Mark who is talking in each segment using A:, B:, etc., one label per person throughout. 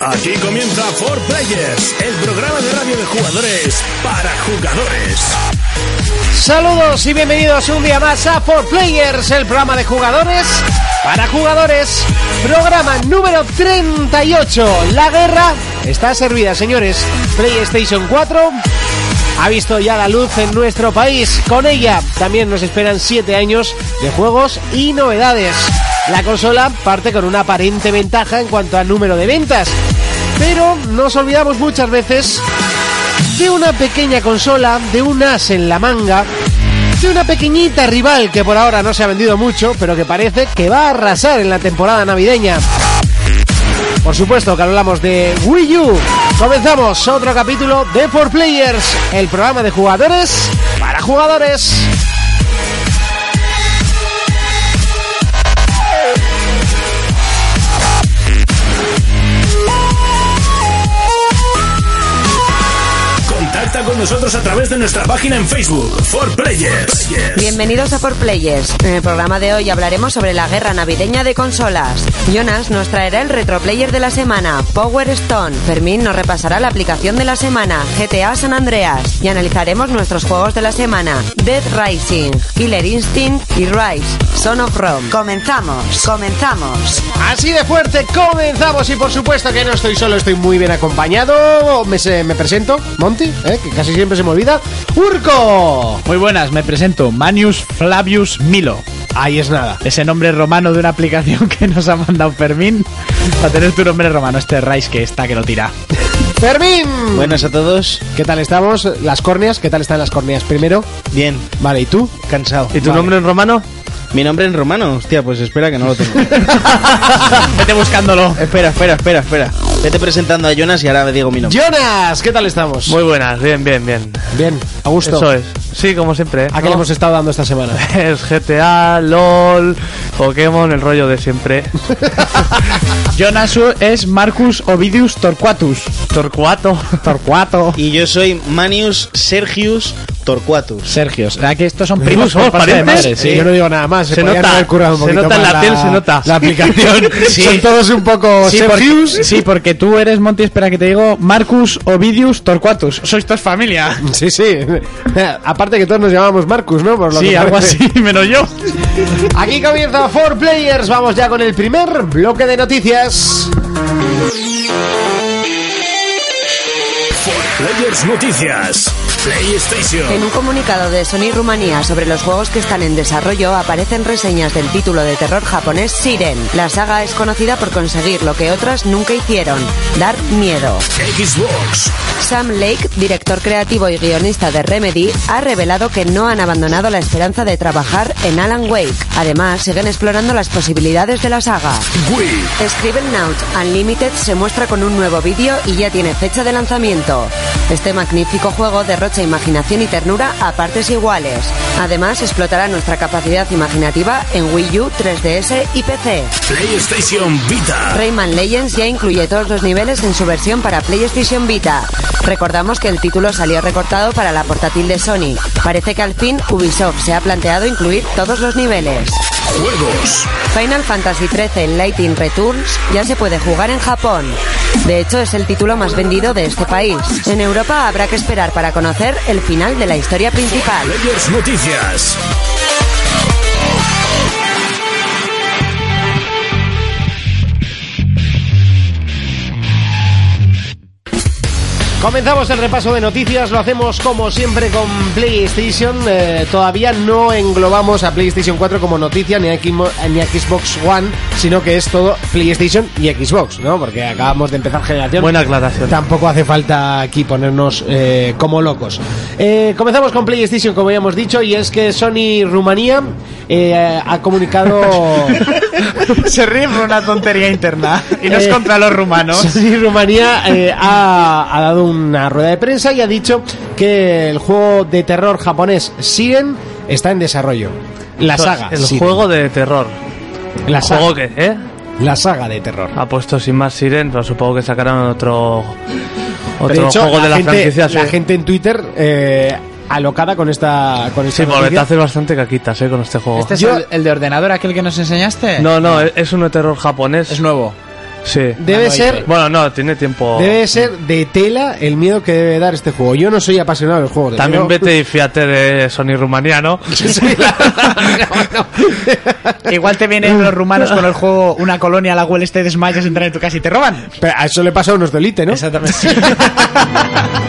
A: Aquí comienza For Players, el programa de radio de jugadores para jugadores.
B: Saludos y bienvenidos un día más a For Players, el programa de jugadores para jugadores. Programa número 38. La guerra está servida, señores. PlayStation 4 ha visto ya la luz en nuestro país. Con ella también nos esperan 7 años de juegos y novedades. La consola parte con una aparente ventaja en cuanto al número de ventas, pero nos olvidamos muchas veces de una pequeña consola, de un as en la manga, de una pequeñita rival que por ahora no se ha vendido mucho, pero que parece que va a arrasar en la temporada navideña. Por supuesto que hablamos de Wii U. Comenzamos otro capítulo de 4Players, el programa de jugadores para jugadores.
A: Contacta con nosotros a través de nuestra página en Facebook, For Players.
C: Bienvenidos a Por Players. En el programa de hoy hablaremos sobre la guerra navideña de consolas. Jonas nos traerá el retroplayer de la semana, Power Stone. Fermín nos repasará la aplicación de la semana, GTA San Andreas. Y analizaremos nuestros juegos de la semana, Dead Rising, Killer Instinct y Rise, Son of Rome. Comenzamos, comenzamos.
B: Así de fuerte comenzamos y por supuesto que no estoy solo, estoy muy bien acompañado. Me, se- me presento, Monty, eh, que casi siempre se me olvida. ¡Urco!
D: Muy buenas, me presento Manius Flavius Milo.
B: Ahí es nada.
D: Ese nombre romano de una aplicación que nos ha mandado Fermín. Para tener tu nombre romano, este Rice que está que lo tira.
B: Fermín.
E: Buenas a todos.
B: ¿Qué tal estamos? Las córneas, ¿qué tal están las córneas primero?
E: Bien,
B: Vale, ¿y tú?
E: cansado.
D: ¿Y tu nombre en romano?
E: Mi nombre en romano. Hostia, pues espera que no lo tengo.
D: Vete buscándolo.
E: espera, espera, espera, espera. Vete presentando a Jonas y ahora digo mi nombre.
B: Jonas, ¿qué tal estamos?
F: Muy buenas, bien, bien, bien.
B: bien, a gusto.
F: Eso es. Sí, como siempre. ¿eh?
B: ¿A qué le
F: ¿No?
B: hemos estado dando esta semana?
F: Es GTA, LOL, Pokémon, el rollo de siempre.
D: Jonas es Marcus Ovidius Torquatus.
F: Torcuato.
D: Torquato.
E: Y yo soy Manius Sergius Torquatus.
D: Sergios. ¿Verdad que estos son primos
F: somos
D: por parte de
F: parientes?
D: madre, sí.
B: Yo no digo nada más, se,
F: Se
B: podían
F: nota,
B: haber curado un
F: se
B: poquito
F: nota en
B: más
F: la piel, se nota.
B: La aplicación. Son todos un poco
D: Sí porque,
B: Sergius.
D: sí, porque tú eres Monty, espera que te digo, Marcus Ovidius Torquatus. Sois dos familia.
B: Sí, sí. Aparte que todos nos llamábamos Marcus, ¿no? Por lo
D: Sí,
B: que
D: algo
B: parece.
D: así, menos yo.
B: Aquí comienza 4 Players. Vamos ya con el primer bloque de noticias.
A: Players Noticias, PlayStation,
C: En un comunicado de Sony Rumanía sobre los juegos que están en desarrollo aparecen reseñas del título de terror japonés Siren. La saga es conocida por conseguir lo que otras nunca hicieron, dar miedo.
A: Xbox,
C: Sam Lake, director creativo y guionista de Remedy, ha revelado que no han abandonado la esperanza de trabajar en Alan Wake. Además, siguen explorando las posibilidades de la saga.
A: Wii,
C: Scribblenauts Unlimited se muestra con un nuevo vídeo y ya tiene fecha de lanzamiento. Este magnífico juego derrocha imaginación y ternura a partes iguales. Además, explotará nuestra capacidad imaginativa en Wii U, 3DS y PC.
A: PlayStation Vita,
C: Rayman Legends ya incluye todos los niveles en su versión para PlayStation Vita. Recordamos que el título salió recortado para la portátil de Sony. Parece que al fin Ubisoft se ha planteado incluir todos los niveles.
A: Juegos,
C: Final Fantasy XIII Lightning Returns ya se puede jugar en Japón. De hecho, es el título más vendido de este país. En Europa habrá que esperar para conocer el final de la historia principal.
A: Players Noticias,
B: Comenzamos el repaso de noticias, lo hacemos como siempre con PlayStation. Eh, todavía no englobamos a PlayStation 4 como noticia ni a, Xmo- ni a Xbox One, sino que es todo PlayStation y Xbox, ¿no? Porque acabamos de empezar generación.
F: Buena aclaración.
B: Tampoco hace falta aquí ponernos eh, como locos. Eh, comenzamos con PlayStation, como ya hemos dicho, y es que Sony Rumanía eh, ha comunicado.
D: Se ríe por una tontería interna. Y no es
B: Eh,
D: contra los rumanos.
B: Sony Rumanía eh, ha, ha dado una rueda de prensa y ha dicho que el juego de terror japonés Siren está en desarrollo. La saga.
F: El
B: Siren.
F: juego de terror.
B: La saga,
F: ¿Juego que, ¿Eh?
B: la saga de terror.
F: Ha puesto sin más Siren, pero supongo que sacarán otro. Otro
B: De hecho,
F: juego de la
B: gente,
F: franquicia.
B: La
F: sí.
B: gente en Twitter eh, alocada con esta. Con esta
F: Sí, porque te
B: noticia.
F: haces bastante caquitas, ¿eh? Con este juego.
B: Yo- el-
D: de ordenador, aquel que nos enseñaste? Este
F: No, no, es es uno de terror japonés.
D: nuevo.
F: Sí.
B: Debe
D: Ah, no,
B: ser,
F: Bueno, no, tiene tiempo.
B: debe ser de tela el miedo que debe dar este juego. Yo no soy apasionado del juego.
F: También vete y fíjate de Sony Rumaniano.
D: Igual te vienen los rumanos con el juego Una colonia a la cual este te desmayas, entran en tu casa y te roban.
B: Pero a eso le pasa a unos delite, ¿no?
D: Exactamente.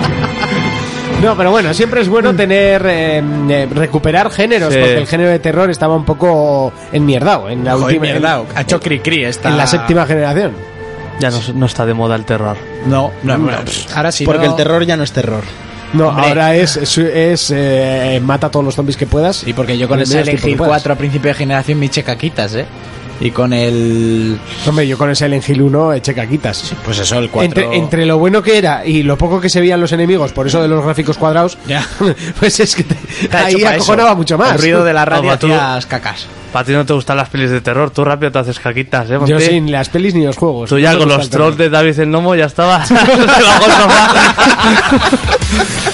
B: No, pero bueno, siempre es bueno tener eh, eh, recuperar géneros,
F: Sí.
B: porque el género de terror estaba un poco enmierdado en la última en-
D: Ha hecho cri cri esta.
B: en la séptima generación.
F: Ya no, no está de moda el terror.
D: No, no, no, ahora sí.
E: Porque
D: no-
E: el terror ya no es terror.
B: No,
D: Hombre.
B: ahora es, es, es, eh, mata a todos los zombies que puedas.
D: Sí, porque yo con
B: Menos
D: ese
B: tiempo que
D: elegir
B: puedas.
D: 4 a principio de generación me eché caquitas, ¿eh? Y con el.
B: Hombre, yo con ese Silent Hill 1 eché caquitas.
D: Pues eso, el 4.
B: Entre, entre lo bueno que era y lo poco que se veían los enemigos, por eso de los gráficos cuadrados,
D: Ya.
B: pues es que te-
D: Está hecho
B: ahí
D: para eso.
B: acojonaba mucho más.
D: El ruido de la
F: No,
D: radio
F: va, tú-
D: hacía las cacas.
F: Para ti no te gustan las pelis de terror, tú rápido te haces caquitas, ¿eh?
B: Yo
F: Monty?
B: sin las pelis ni los juegos.
F: Tú ya
B: No me
F: con
B: gusta
F: los
B: el terror.
F: trolls de David el Nomo ya estabas debajo del sofá.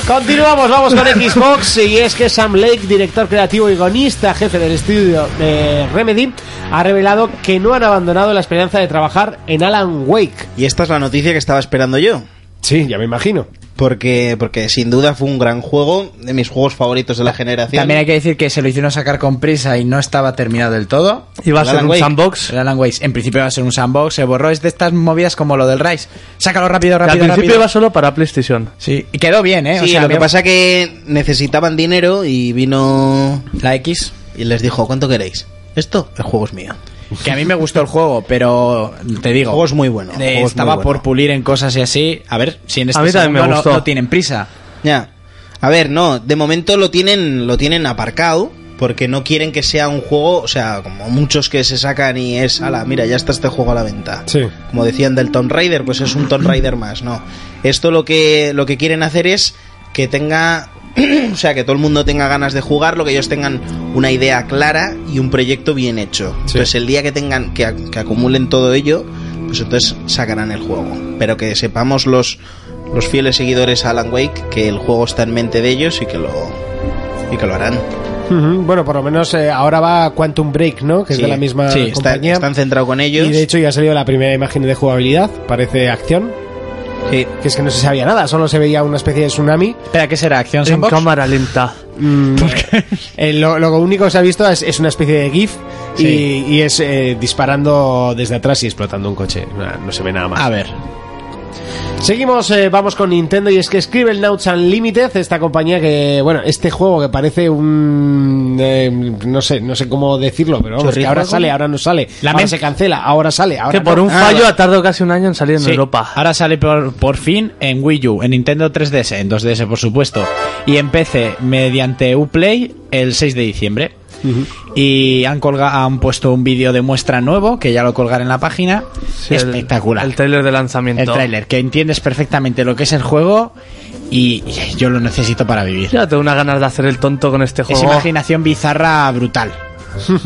B: Continuamos, vamos con Xbox y es que Sam Lake, director creativo y guionista, jefe del estudio de Remedy, ha revelado que no han abandonado la esperanza de trabajar en Alan Wake.
E: Y esta es la noticia que estaba esperando yo.
B: Sí, ya me imagino.
E: Porque, porque sin duda fue un gran juego, de mis juegos favoritos de la generación.
D: También hay que decir que se lo hicieron sacar con prisa y no estaba terminado del todo.
F: Iba a ser
E: Alan
F: un
E: Wake.
F: sandbox.
D: El Alan Waze, en principio va a ser un sandbox, se borró, es de estas movidas como lo del Rise. Sácalo rápido,
F: Que al
D: rápido,
F: principio
D: rápido.
F: iba solo para PlayStation.
D: Sí, y quedó bien, ¿eh?
E: Sí, lo que pasa que necesitaban dinero y vino
D: La X,
E: y les dijo, ¿cuánto queréis? Esto, el juego es mío.
D: que a mí me gustó el juego, pero te digo...
E: El juego es muy bueno.
D: eh,
E: el juego es muy
D: estaba
E: bueno.
D: por pulir en cosas y así. A ver, si en este
F: A mí también
D: segundo
F: me
D: no-
F: gustó.
D: no tienen prisa.
E: Ya. A ver, no, de momento lo tienen, lo tienen aparcado. Porque no quieren que sea un juego, o sea, como muchos que se sacan y es, ala, mira, ya está este juego a la venta.
B: Sí.
E: Como decían del Tomb Raider, pues es un Tomb Raider más, no. Esto lo que, lo que quieren hacer es que tenga, o sea, que todo el mundo tenga ganas de jugarlo, que ellos tengan una idea clara y un proyecto bien hecho. Entonces el día que tengan, que, ac- que acumulen todo ello, pues entonces sacarán el juego. Pero que sepamos los, los fieles seguidores a Alan Wake que el juego está en mente de ellos y que lo, y que lo harán.
B: Ujú, Bueno, por lo menos eh, ahora va Quantum Break, ¿no? Que
E: Sí,
B: es de la misma
E: sí, está-
B: compañía.
E: están centrados con ellos.
B: y de hecho ya ha salido la primera imagen de jugabilidad, parece acción,
E: Sí.
B: que es que no se sabía nada, solo se veía una especie de tsunami.
D: Espera, ¿qué será? ¿Acción
F: En
D: sandbox?
F: cámara lenta.
B: Mm, eh, lo, lo único que se ha visto es, es una especie de GIF y, y es eh, disparando desde atrás y explotando un coche. No, no se ve nada más.
D: A ver.
B: Seguimos, eh, vamos con Nintendo y es que escribe el Nauts Unlimited, esta compañía que, bueno, este juego que parece un... eh, no sé, no sé cómo decirlo, pero vamos, que ahora
E: ¿Chorrijuego?
B: sale, ahora no sale,
D: La
B: ahora
D: men-
B: se cancela, ahora sale, ahora
F: Que por
B: no.
F: un
E: Ah,
F: fallo
E: va.
F: ha tardado casi un año en salir en
D: Sí, Ah,
F: Europa.
D: Ahora sale por, por fin en Wii U, en Nintendo 3DS, en 2DS por supuesto, y en PC mediante Uplay el 6 de diciembre. Y han, colga, han puesto un vídeo de muestra nuevo, que ya lo colgaré en la página.
F: Sí, el-
D: Espectacular.
F: El trailer de lanzamiento.
D: El tráiler, que entiendes perfectamente lo que es el juego y, y yo lo necesito para vivir.
F: Ya tengo unas ganas de hacer el tonto con este
D: Es
F: juego.
D: imaginación bizarra brutal.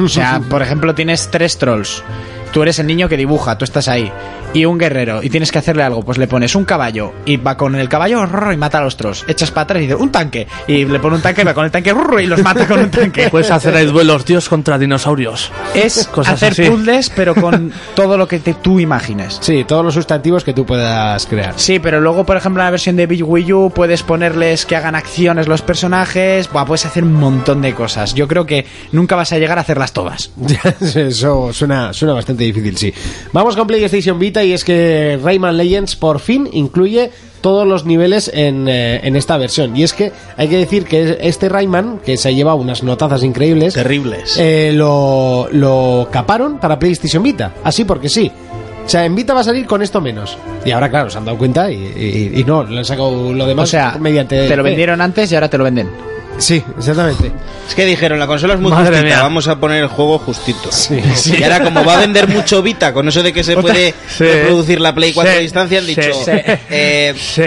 D: O sea, por ejemplo, tienes tres trolls. Tú eres el niño que dibuja, tú estás ahí. Y un guerrero, y tienes que hacerle algo. Pues le pones un caballo, y va con el caballo rrr, y mata a los trolls. Echas para atrás y dices, un tanque. Y le pone un tanque, y va con el tanque rrr, y los mata con un tanque.
F: Puedes hacer ahí duelos dios contra dinosaurios.
D: es
F: Pues, cosas
D: hacer
F: así.
D: puzzles, pero con todo lo que te- tú imagines.
B: Sí, todos los sustantivos que tú puedas crear.
D: Sí, pero luego, por ejemplo, en la versión de Big Wii U puedes ponerles que hagan acciones los personajes. Buah, puedes hacer un montón de cosas. Yo creo que nunca vas a llegar a hacerlas todas.
B: Eso suena, suena bastante difícil, sí. Vamos con PlayStation Vita y es que Rayman Legends por fin incluye todos los niveles en, eh, en esta versión. Y es que hay que decir que este Rayman, que se lleva unas notazas increíbles,
E: Terribles.
B: eh, lo, lo caparon para PlayStation Vita. Así porque sí. O sea, en Vita va a salir con esto menos. Y ahora, claro, se han dado cuenta y, y- y no, lo han sacado lo demás
D: O sea,
B: mediante...
D: te lo
B: eh,
D: vendieron antes y ahora te lo venden.
B: Sí, exactamente.
E: Es que dijeron, la consola es muy
F: Madre
E: justita,
F: mía.
E: vamos a poner el juego justito.
B: Sí,
E: Y ahora como va a vender mucho Vita, con eso de que se puede
F: Sí.
E: reproducir la Play 4 a
F: Sí.
E: distancia, han
F: Sí.
E: dicho...
F: Sí.
E: eh,
F: Sí.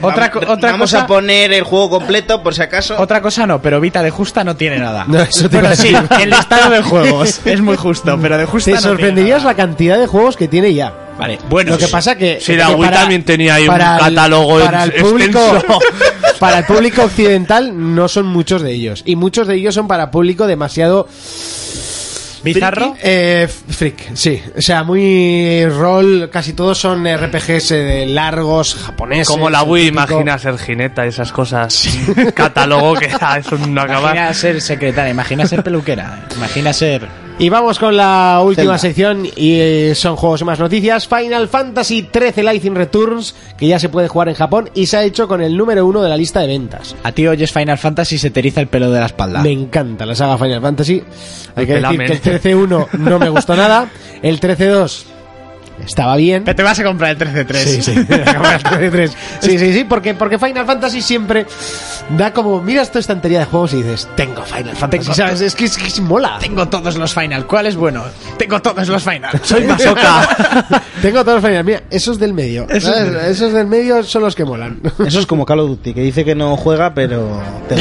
D: Otra, co-
E: vam-
D: otra
E: vamos
D: cosa,
E: a poner el juego completo, por si acaso.
D: otra cosa no, pero Vita de justa no tiene nada.
B: No, eso te iba
D: Ah. bueno,
B: a
D: sí,
B: decir.
D: el listado de juegos es muy justo, pero de justa
B: Te
D: no tiene
B: sorprenderías
D: nada.
B: la cantidad de juegos que tiene ya.
D: Vale, bueno,
B: Lo que pasa que
F: Sí,
B: que
F: la Wii
B: para-
F: también tenía ahí un
B: el-
F: catálogo
B: para el
F: ex-
B: público
F: extenso.
B: para el público occidental no son muchos de ellos y muchos de ellos son para público demasiado
D: ¿Bizarro?
B: Eh, f- freak, sí. O sea, muy rol. Casi todos son RPGs eh, largos, japoneses.
F: Como la Wii,
B: típico.
F: imagina ser jineta y esas cosas. Catálogo que ah, es un no
D: Imagina
F: acabar.
D: ser secretaria, imagina ser peluquera, eh. imagina ser...
B: Y vamos con la última
E: Zelda.
B: sección y eh, son juegos y más noticias. Final Fantasy XIII Lightning Returns, que ya se puede jugar en Japón y se ha hecho con el número uno de la lista de ventas.
D: A ti oyes Final Fantasy y se te eriza el pelo de la espalda.
B: Me encanta la saga Final Fantasy. Hay que decir
F: Pelamen.
B: que el 13-1 no me gustó nada. El 13-2 estaba bien.
D: Pero te vas a comprar el 13-3.
B: Sí, sí. sí, sí, sí, porque, porque Final Fantasy siempre da como, miras tu estantería de juegos y dices, tengo Final Fantasy,
D: Tengo-
B: ¿sabes? Es que, es que es mola.
D: Tengo todos los Final. ¿Cuál es bueno? Tengo todos los Final.
B: Soy masoca. tengo todos los Final. Mira, esos del medio.
D: Esos
B: ¿sabes?
D: del-
B: Esos del medio son los que molan.
E: Eso es como Call of Duty, que dice que no juega, pero. te-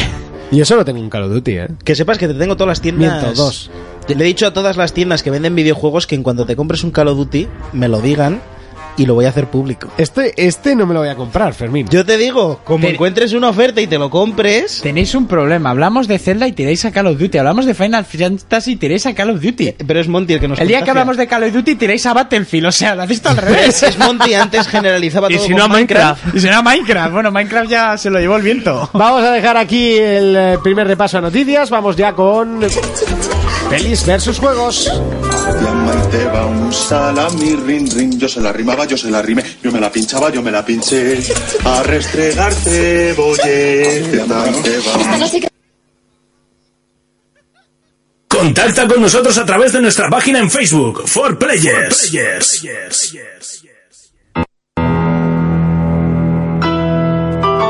B: Yo solo tengo un Call of Duty, ¿eh?
E: Que sepas que te tengo todas las tiendas.
B: Miento, dos.
E: Le he dicho a todas las tiendas que venden videojuegos que en cuanto te compres un Call of Duty, me lo digan y lo voy a hacer público.
B: Este, este no me lo voy a comprar, Fermín.
E: Yo te digo, como
D: Te-
E: encuentres una oferta y te lo compres.
D: Tenéis un problema. Hablamos de Zelda y tiráis a Call of Duty. Hablamos de Final Fantasy y tiráis a Call of Duty.
E: Pero es Monty el que nos
D: El día que
E: contagia.
D: hablamos de Call of Duty tiráis a Battlefield. O sea, lo hacéis todo al revés.
E: Es Monty antes generalizaba todo.
F: Y si
E: con
F: no a
E: Minecraft.
F: Minecraft.
D: Y será Minecraft. Bueno, Minecraft ya se lo llevó el viento.
B: Vamos a dejar aquí el eh, primer repaso a noticias. Vamos ya con pelis versus juegos.
G: La Maite va un salami, rin, rin. Yo se la rimaba, yo se la rimé. Yo me la pinchaba, yo me la pinché. A restregar cebolleta. La Maite va un
A: Contacta con nosotros a través de nuestra página en Facebook, For Players.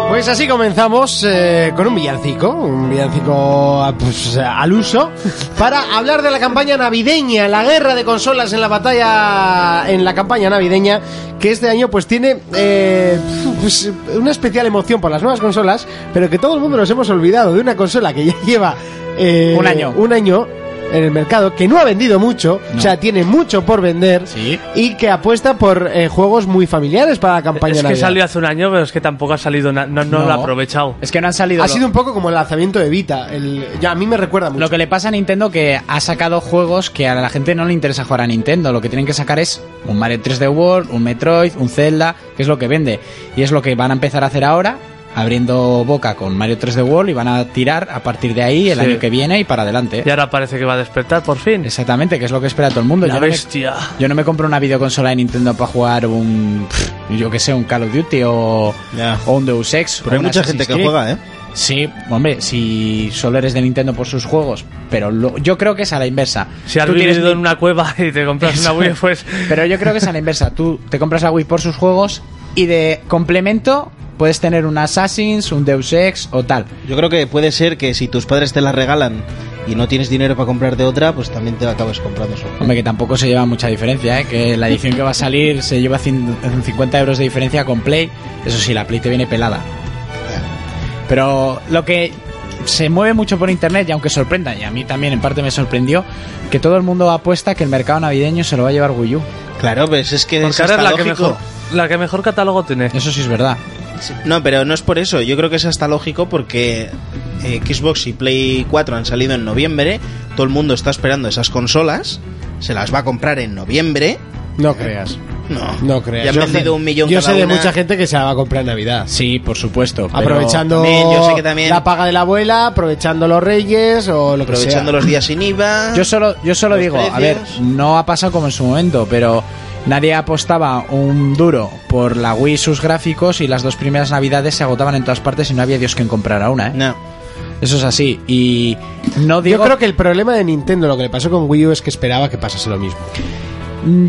B: Pues así comenzamos eh, con un villancico, un villancico ah, pues, al uso, para hablar de la campaña navideña, la guerra de consolas en la batalla, en la campaña navideña, que este año pues tiene eh, pues, una especial emoción por las nuevas consolas, pero que todo el mundo nos hemos olvidado de una consola que ya lleva eh,
D: Un año.
B: un año en el mercado, que no ha vendido mucho, o sea, tiene mucho por vender
D: Sí.
B: y que apuesta por eh, juegos muy familiares para la campaña
F: Es que
B: navideña.
F: salió hace un año, pero es que tampoco ha salido, na- no, no, lo ha aprovechado.
D: Es que no han salido.
B: Ha
D: lo-
B: sido un poco como el lanzamiento de Vita. El, ya a mí me recuerda mucho.
D: Lo que le pasa a Nintendo que ha sacado juegos que a la gente no le interesa jugar a Nintendo. Lo que tienen que sacar es un Mario 3D World, un Metroid, un Zelda, que es lo que vende. Y es lo que van a empezar a hacer ahora, abriendo boca con Mario 3D World y van a tirar a partir de ahí el
F: Sí.
D: año que viene y para adelante.
F: Y ahora parece que va a despertar por fin.
D: Exactamente, que es lo que espera todo el mundo.
F: La
D: Yo no me-
F: bestia.
D: yo no me compro una videoconsola de Nintendo para jugar un. pff, Yo que sé, un Call of Duty o,
E: Ya.
D: o un Deus Ex.
E: Pero
D: o
E: hay
D: un
E: mucha gente
D: Assassin's
E: que
D: Creed.
E: juega, ¿eh?
D: Sí, hombre, si solo eres de Nintendo por sus juegos, pero lo- yo creo que es a la inversa.
F: Si has
D: Tú tienes
F: vivido en
D: Ni-
F: una cueva y te compras una Wii, pues.
D: Pero yo creo que es a la inversa. Tú te compras la Wii por sus juegos y de complemento puedes tener un Assassin's, un Deus Ex o tal.
E: Yo creo que puede ser que si tus padres te la regalan y no tienes dinero para comprarte otra, pues también te acabas comprando eso.
D: Hombre, que tampoco se lleva mucha diferencia, ¿eh? que la edición que va a salir se lleva cin- 50 euros de diferencia con Play. Eso sí, la Play te viene pelada. Pero lo que se mueve mucho por internet, y aunque sorprenda, y a mí también en parte me sorprendió, que todo el mundo apuesta que el mercado navideño se lo va a llevar Wii U.
E: Claro, pues es que es
F: Porque ahora es
E: hasta
F: la que,
E: lógico.
F: mejor, la que mejor catálogo tiene.
D: Eso sí es verdad.
E: No, pero no es por eso. Yo creo que es hasta lógico porque eh, Xbox y Play 4 han salido en noviembre. Todo el mundo está esperando esas consolas. Se las va a comprar en noviembre.
B: No creas.
E: No,
B: No creas.
E: Ya han
B: Yo sé-
E: vendido un millón
B: Yo
E: cada
B: sé de
E: una.
B: mucha gente que se la va a comprar en Navidad.
D: Sí, por supuesto. pero-
B: aprovechando
E: también, yo sé que también-
B: la paga de la abuela, aprovechando los reyes o lo que sea.
E: Aprovechando los días sin IVA.
D: Yo solo, yo solo
E: Los
D: digo, a ver,
E: precios.
D: no ha pasado como en su momento, pero nadie apostaba un duro por la Wii y sus gráficos y las dos primeras navidades se agotaban en todas partes y no había Dios quien comprara una, ¿eh?
E: No.
D: Eso es así. Y no
B: Yo
D: digo...
B: creo que el problema de Nintendo, lo que le pasó con Wii U, es que esperaba que pasase lo mismo.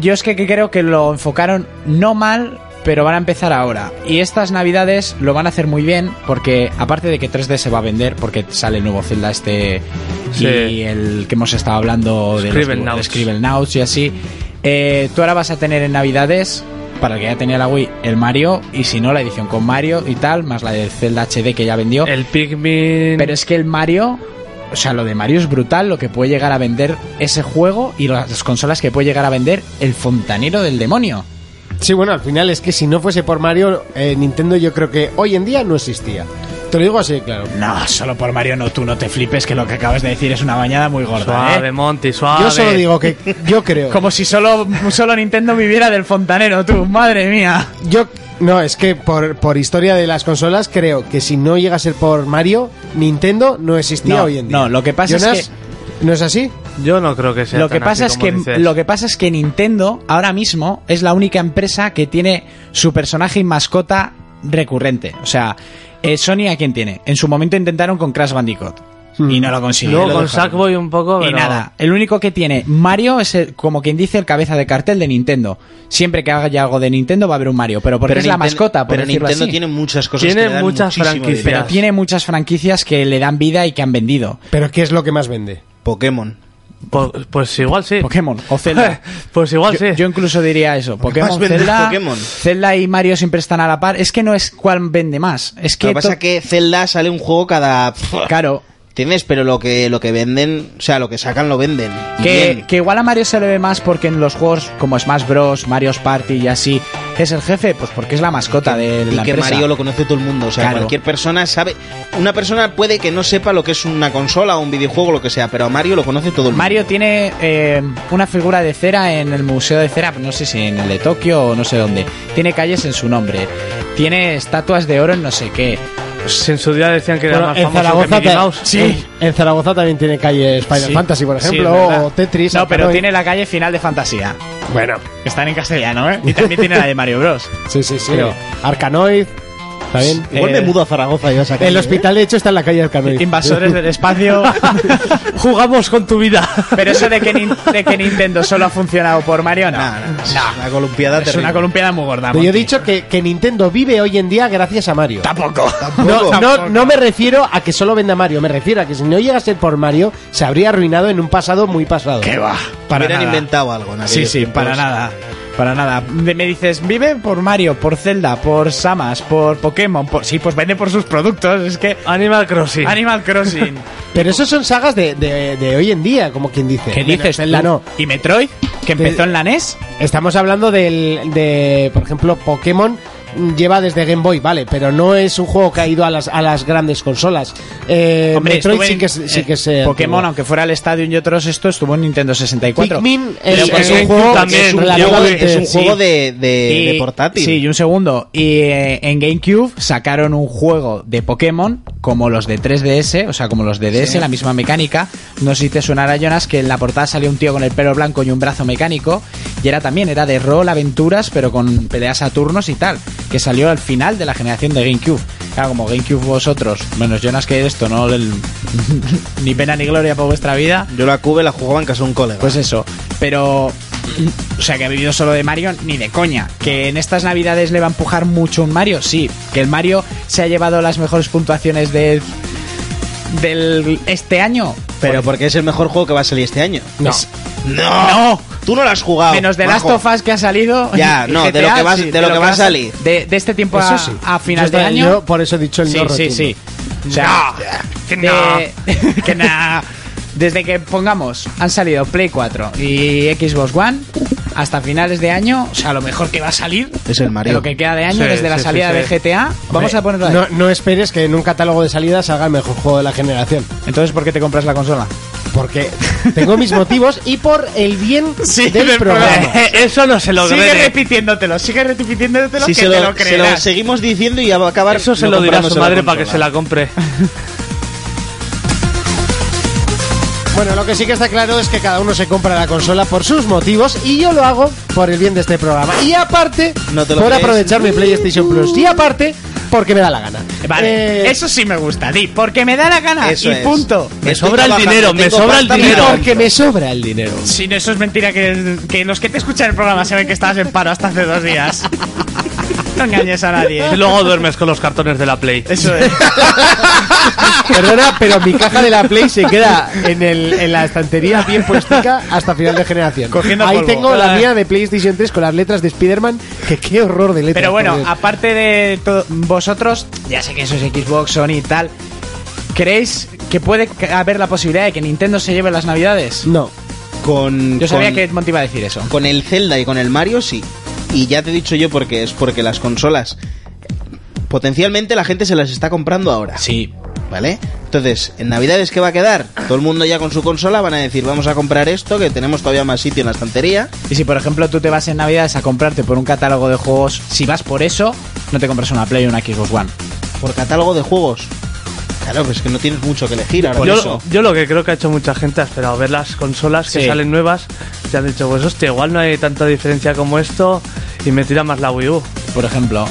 D: Yo es que, que creo que lo enfocaron no mal, pero van a empezar ahora. Y estas navidades lo van a hacer muy bien, porque aparte de que 3D se va a vender, porque sale el nuevo Zelda este
F: Sí.
D: y el que hemos estado hablando de
F: Scribblenauts.
D: los- de Scribblenauts y así, eh, tú ahora vas a tener en navidades... Para el que ya tenía la Wii, el Mario, y si no, la edición con Mario y tal, más la de Zelda HD que ya vendió.
F: El Pikmin.
D: Pero es que el Mario, o sea, lo de Mario es brutal, lo que puede llegar a vender ese juego y las consolas que puede llegar a vender el fontanero del demonio.
B: Sí, bueno, al final es que si no fuese por Mario, eh, Nintendo yo creo que hoy en día no existía. Te lo digo así, claro.
D: No, solo por Mario no, tú no te flipes que lo que acabas de decir es una bañada muy gorda,
F: Suave,
D: ¿eh?
F: Monty, suave.
B: Yo solo digo que yo creo.
D: Como si solo, solo Nintendo viviera del fontanero, tú, madre mía.
B: Yo no, es que por, por historia de las consolas creo que si no llega a ser por Mario, Nintendo no existía
D: No,
B: hoy en día.
D: no, lo que pasa es
B: que ¿No es así?
F: Yo no creo que sea
D: Lo que,
F: tan
D: pasa
F: así
D: es que,
F: como dices.
D: lo que pasa es que Nintendo ahora mismo es la única empresa que tiene su personaje y mascota recurrente. O sea, eh, Sony a quién tiene. En su momento intentaron con Crash Bandicoot y no lo consiguieron.
F: Luego con Sackboy un poco,
D: Y
F: pero-
D: nada, el único que tiene Mario es el- como quien dice el cabeza de cartel de Nintendo. Siempre que haga algo de Nintendo va a haber un Mario, pero porque es la
E: Ninten-
D: mascota, por
E: pero
D: decirlo
E: Nintendo
D: así.
E: tiene muchas cosas
F: Tiene
E: que le dan
F: muchas
E: muchísimo
F: franquicias.
E: dinero.
D: Pero tiene muchas franquicias que le dan vida y que han vendido.
B: Pero ¿qué es lo que más vende?
E: Pokémon.
F: Po- Pues, igual sí.
D: Pokémon o Zelda.
F: pues igual
D: Yo,
F: sí.
D: yo incluso diría eso. Pokémon,
E: más vende es
D: Zelda,
E: Pokémon?
D: Zelda y Mario siempre están a la par. Es que no es cuál vende más. Es que,
E: Lo que pasa
D: to-
E: es que Zelda sale un juego cada...
D: claro,
E: ¿Entiendes? Pero lo que, lo que venden, o sea, lo que sacan lo venden. Y
D: que,
E: bien.
D: que igual a Mario se le ve más porque en los juegos como Smash Bros, Mario's Party y así es el jefe, pues porque es la mascota de
E: y
D: la
E: que
D: empresa.
E: Mario lo conoce todo el mundo. O sea,
D: Claro.
E: cualquier persona sabe. Una persona puede que no sepa lo que es una consola o un videojuego, lo que sea, pero a Mario lo conoce todo el mundo.
D: Mario tiene eh, una figura de cera en el Museo de Cera, no sé si en el de Tokio o no sé dónde. Tiene calles en su nombre. Tiene estatuas de oro en no sé qué.
F: En su día decían que era
B: Bueno,
F: más
B: en
F: famoso que
B: Zaragoza,
F: Mickey
B: ta-
F: Mouse.
B: en, en Zaragoza también tiene calles Final
D: Sí.
B: Fantasy, por
D: Sí,
B: ejemplo,
D: es verdad.
B: o Tetris.
D: No, pero
B: Alcaroy.
D: tiene la calle final de fantasía.
B: Bueno,
D: que Están en castellano, ¿eh? Y también tiene la de Mario Bros.
B: sí, sí, sí.
D: Creo.
B: Arcanoid, también.
D: Igual me Eh, mudo
B: a Zaragoza El hospital, de hecho, está en la calle Arcanoid.
D: Invasores del espacio.
F: eh. Jugamos con tu vida.
D: Pero eso de que, Nin- de que Nintendo solo ha funcionado por Mario, no.
E: Nah, nah, es
D: Nah.
E: una columpiada
D: Es una
E: terrible.
D: columpiada muy gorda.
B: Pero yo he
D: Monty.
B: dicho que, que Nintendo vive hoy en día gracias a Mario.
D: Tampoco.
B: No,
D: Tampoco.
B: no, no me refiero a que solo venda Mario, me refiero a que si no llega a ser por Mario, se habría arruinado en un pasado muy pasado.
D: Qué va. Para
E: Hubieran
D: nada.
E: inventado algo. en
D: Sí,
E: aquellos
D: sí,
E: tiempos.
D: para nada. Para nada. De- Me dices, vive por Mario, por Zelda, por Samas, por Pokémon. Por... Sí, pues vende por sus productos. Es que.
B: Ah,
F: Animal Crossing.
D: Animal Crossing.
B: Pero eso son sagas de, de- de hoy en día, como quien dice.
D: ¿Qué
B: Bueno,
D: dices?
B: Zelda
D: tú?
B: no.
D: ¿Y Metroid? ¿Que
B: Te-
D: empezó en la E NES?
B: Estamos hablando del, de, por ejemplo, Pokémon mm, lleva desde Game Boy, vale, pero no es un juego que ha ido a las, a las grandes consolas. Eh,
D: Hombre,
B: Metroid
D: estuvo
B: sí
D: en-
B: que, es- sí
D: eh,
B: que se...
D: Pokémon, aunque fuera el Stadium y otros, esto estuvo en Nintendo 64.
B: Pikmin
D: Pero
B: es,
D: porque
B: es
D: es
B: un
D: un
B: juego
F: también,
B: que es un
F: la
B: juego
F: Game
B: de-
F: Boy
E: Es un
B: sí.
E: juego de, de-
D: Y-
E: de portátil.
D: Sí, y un segundo. Y eh, en GameCube sacaron un juego de Pokémon como los de 3DS, o sea, como los de DS, la misma mecánica. No sé si te sonará, Jonas, que en la portada salió un tío con el pelo blanco y un brazo mecánico. Y era también, era de rol, aventuras, pero con peleas a turnos y tal. Que salió al final de la generación de GameCube. Claro, como GameCube vosotros, menos Jonas que esto, ¿no? El- ni pena ni gloria por vuestra vida.
E: Yo la cube la jugaba en casa de un colega.
D: Pues eso, pero. O sea, que ha vivido solo de Mario, ni de coña. ¿Que en estas navidades le va a empujar mucho un Mario? Sí. ¿Que el Mario se ha llevado las mejores puntuaciones de, del este año?
E: pero porque es el mejor juego que va a salir este año.
B: No.
D: Es-
E: No.
D: ¡No!
E: Tú no lo has jugado.
D: Menos de Last
E: majo.
D: of Us que ha salido.
E: Ya,
D: y
E: no, de lo que va- de lo que va a salir.
D: De, de este tiempo a,
B: Eso sí.
D: a final
B: Yo
D: de
B: estoy-
D: año.
B: yo por eso he dicho el
D: Sí,
B: no
D: sí,
B: rotundo.
D: sí. O sea, que
F: Eh,
D: no. que nah. Desde que pongamos, han salido Play 4 y Xbox One hasta finales de año, o sea, lo mejor que va a salir
E: Es el Mario.
D: de lo que queda de año
F: Sí,
D: desde la
F: sí, sí,
D: salida
F: sí.
D: de GTA. Vamos a ponerlo ahí.
B: No, no esperes que en un catálogo de salida salga el mejor juego de la generación.
D: Entonces, ¿por qué te compras la consola?
B: Porque tengo mis motivos y por el bien del,
D: del
B: programa.
D: programa.
F: Eso no se lo
D: Sigue
F: cree.
D: repitiéndotelo, sigue repitiéndotelo
E: Si
D: que
E: se
D: te
E: lo,
D: lo
E: se lo
D: creerás.
E: seguimos diciendo y ya va a acabar.
F: Eso se
E: no
F: lo dirá a su
E: comprándose la
F: madre para que se
E: consola.
F: la compre.
B: Bueno, lo que sí que está claro es que cada uno se compra la consola por sus motivos y yo lo hago por el bien de este programa. Y aparte,
E: No te
B: por
E: lo crees.
B: aprovechar mi PlayStation Plus. Y aparte, porque me da la gana.
D: Vale,
B: Eh,
D: eso sí me gusta, di, porque me da la gana
E: Eso
D: y
E: es.
D: punto.
F: Me
E: Estoy
F: sobra el
E: trabajando,
F: dinero, me
E: tengo
F: sobra el
B: y
E: pasta para
F: dinero.
E: comprar.
B: porque me sobra el dinero.
D: Si no, eso es mentira, que, que los que te escuchan el programa saben que estabas en paro hasta hace dos días. No engañes a nadie.
F: Y luego duermes con los cartones de la Play.
D: Eso es.
B: Perdona, pero mi caja de la Play se queda en, el, en la estantería bien puestica hasta final de generación.
D: Cogiendo
B: Ahí
D: polvo.
B: tengo la mía de PlayStation 3 con las letras de Spider-Man, que qué horror de letras.
D: Pero bueno,
B: por Dios.
D: aparte de to- vosotros, ya sé que eso es Xbox, Sony y tal, ¿creéis que puede ca- haber la posibilidad de que Nintendo se lleve las navidades?
B: no.
E: Con,
D: Yo sabía
E: con-
D: que Monty iba a decir eso.
E: Con el Zelda y con el Mario sí. Y ya te he dicho yo porque es porque las consolas potencialmente la gente se las está comprando ahora.
D: Sí.
E: ¿Vale? Entonces, en Navidades, ¿qué va a quedar? Todo el mundo ya con su consola van a decir, vamos a comprar esto, que tenemos todavía más sitio en la estantería.
D: Y si, por ejemplo, tú te vas en Navidades a comprarte por un catálogo de juegos, si vas por eso, no te compras una Play o una Xbox One.
E: Por catálogo de juegos. Claro, pues es que no tienes mucho que elegir ahora
D: Por
F: yo,
E: mismo.
F: yo lo que creo que ha hecho mucha gente ha esperado ver las consolas que
D: Sí.
F: salen nuevas y han dicho, pues hostia, igual no hay tanta diferencia como esto y me tira más la Wii U.
D: Por ejemplo,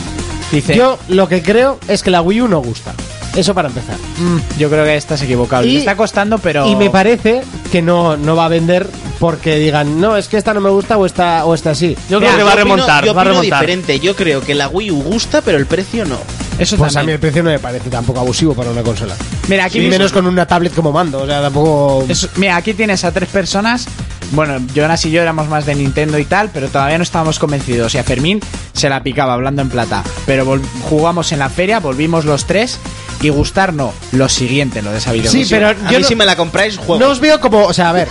D: dice, yo,
B: Yo lo que creo es que la Wii U no gusta. Eso para empezar.
D: Mm, yo creo que estás equivocado.
B: Y-
D: Le está costando, pero...
B: Y me parece que no, no va a vender porque digan, no, es que esta no me gusta o esta, o esta sí.
F: Yo
E: Mira,
F: creo que va a
E: yo opino-
F: remontar,
E: yo
F: va a
E: opino
F: remontar.
E: diferente. Yo creo que la Wii U gusta, pero el precio no.
D: Eso
B: Pues a mí
D: también.
B: el precio no me parece tampoco abusivo para una consola.
D: Mira, aquí
B: Y
D: mismo-
B: menos con una tablet como mando, o sea, tampoco...
D: Eso- mira, aquí tienes a tres personas. Bueno, Jonas y yo éramos más de Nintendo y tal, pero todavía no estábamos convencidos. Y a Fermín se la picaba hablando en plata. Pero vol- jugamos en la feria, volvimos los tres. Y gustarnos lo siguiente, lo de esa
B: Sí,
D: videoconsola.
B: pero
E: A
B: yo
E: mí
B: no-
E: si me la compráis, juego.
B: No os veo como. O sea, a ver.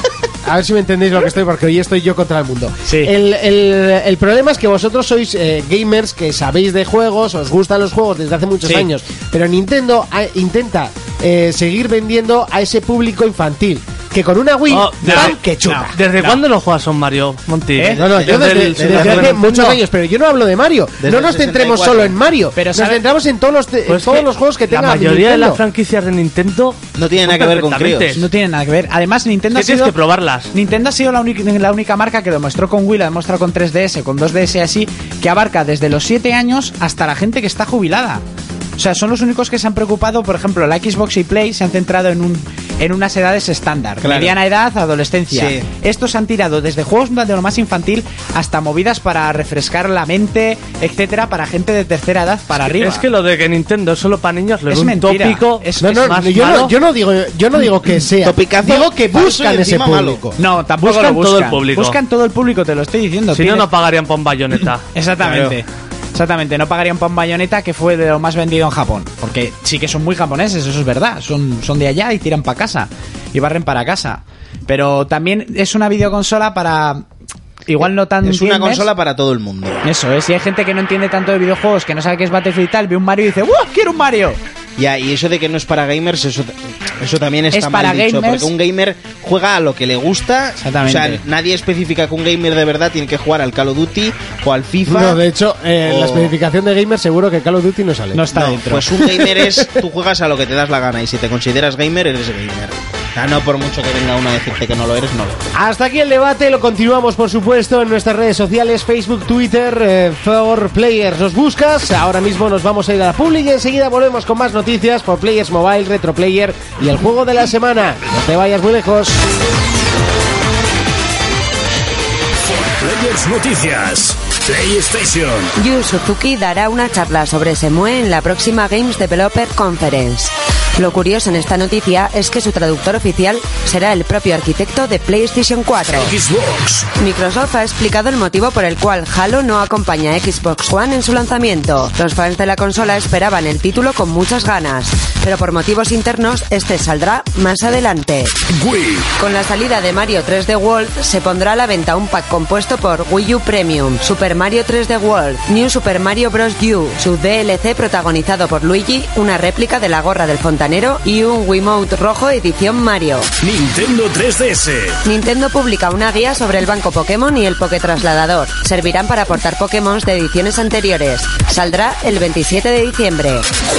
B: A ver si me entendéis lo que estoy, porque hoy estoy yo contra el mundo.
D: Sí.
B: El, el- el problema es que vosotros sois eh, gamers que sabéis de juegos, os gustan los juegos desde hace muchos
D: Sí.
B: años. Pero Nintendo ah, intenta eh, seguir vendiendo a ese público infantil. Que con una Wii
F: Oh,
B: van
F: no,
B: que chuta.
F: no. ¿Desde cuándo no juegas son Mario, Monty?
D: ¿Eh?
B: No, no, yo desde,
F: el-
B: desde
F: desde
B: hace
F: el-
B: muchos
F: No.
B: años, pero yo no hablo de Mario.
E: Desde
B: no
E: el
B: nos centremos
E: 64.
B: solo en Mario.
D: Pero,
B: nos
D: ¿sabe?
B: centramos en todos los, te- en
F: Pues
B: todos
F: que
B: los juegos que tenga
F: La mayoría de
B: Nintendo.
F: las franquicias de Nintendo
E: No tiene nada que ver con
F: perfectamente.
E: críos.
D: No tiene nada que ver. Además, Nintendo ha
F: Que tienes
D: sido...
F: que probarlas.
D: Nintendo ha sido la, única- la única marca que lo mostró con Wii, lo ha demostrado con 3DS, con 2DS y así, que abarca desde los 7 años hasta la gente que está jubilada. O sea, son los únicos que se han preocupado, por ejemplo, la Xbox y Play se han centrado en, un, en unas edades estándar,
E: Claro.
D: mediana edad, adolescencia.
E: Sí.
D: Estos han tirado desde juegos de lo más infantil hasta movidas para refrescar la mente, etcétera, para gente de tercera edad para arriba.
F: Es que lo de que Nintendo es solo para niños lo
D: Es
F: es un
D: mentira.
F: tópico.
D: Es-
B: No, no,
F: más
B: yo,
F: malo.
B: no, yo no digo, yo no digo que sea.
E: Topicazo,
B: digo que
E: falso y
B: buscan ese
E: encima malo.
B: público.
D: No, tampoco
F: Buscan
D: lo
F: todo el
D: buscan.
F: público.
D: Buscan todo el público, te lo estoy diciendo.
F: Si no,
D: Tienes-
F: no pagarían por un bayoneta.
D: Exactamente. Exactamente, no pagarían pan bayoneta que fue de lo más vendido en Japón. Porque sí que son muy japoneses, eso es verdad. Son, son de allá y tiran para casa. Y barren para casa. Pero también es una videoconsola para... Igual no tan...
E: Es una
D: gamers.
E: consola para todo el mundo.
D: Eso es, si hay gente que no entiende tanto de videojuegos, que no sabe qué es Battlefield y tal, ve un Mario y dice, ¡Wow! ¡Quiero un Mario!
E: Ya, y eso de que no es para gamers, eso, eso también está
D: Es
E: mal
D: para
E: dicho,
D: gamers.
E: porque un gamer juega a lo que le gusta. O
D: Exactamente.
E: sea, nadie especifica que un gamer de verdad tiene que jugar al Call of Duty o al FIFA.
B: No, de hecho, eh,
E: o-
B: la especificación de gamer seguro que Call of Duty no sale.
D: No está
E: No,
D: dentro.
E: pues un gamer es tú juegas a lo que te das la gana y si te consideras gamer eres gamer. O sea, no por mucho que venga uno a decirte que no lo eres, no lo eres.
B: Hasta aquí el debate, lo continuamos por supuesto en nuestras redes sociales, Facebook, Twitter, eh, For Players, nos buscas, ahora mismo nos vamos a ir a la public y enseguida volvemos con más noticias por Players Mobile, Retro Player y el juego de la semana. No te vayas muy lejos.
A: Players Noticias. PlayStation.
C: Yu Suzuki dará una charla sobre SEMUE en la próxima Games Developer Conference. Lo curioso en esta noticia es que su traductor oficial será el propio arquitecto de PlayStation 4.
A: Xbox.
C: Microsoft ha explicado el motivo por el cual Halo no acompaña a Xbox One en su lanzamiento. Los fans de la consola esperaban el título con muchas ganas, pero por motivos internos este saldrá más adelante.
A: Wii.
C: Con la salida de Mario 3D World se pondrá a la venta un pack compuesto por Wii U Premium, Super Mario 3D World, New Super Mario Bros. U, su DLC protagonizado por Luigi, una réplica de la gorra del fontanero y un Wiimote rojo edición Mario.
A: Nintendo 3DS.
C: Nintendo publica una guía sobre el banco Pokémon y el Poketrasladador. Servirán para aportar Pokémon de ediciones anteriores. Saldrá el 27 de diciembre.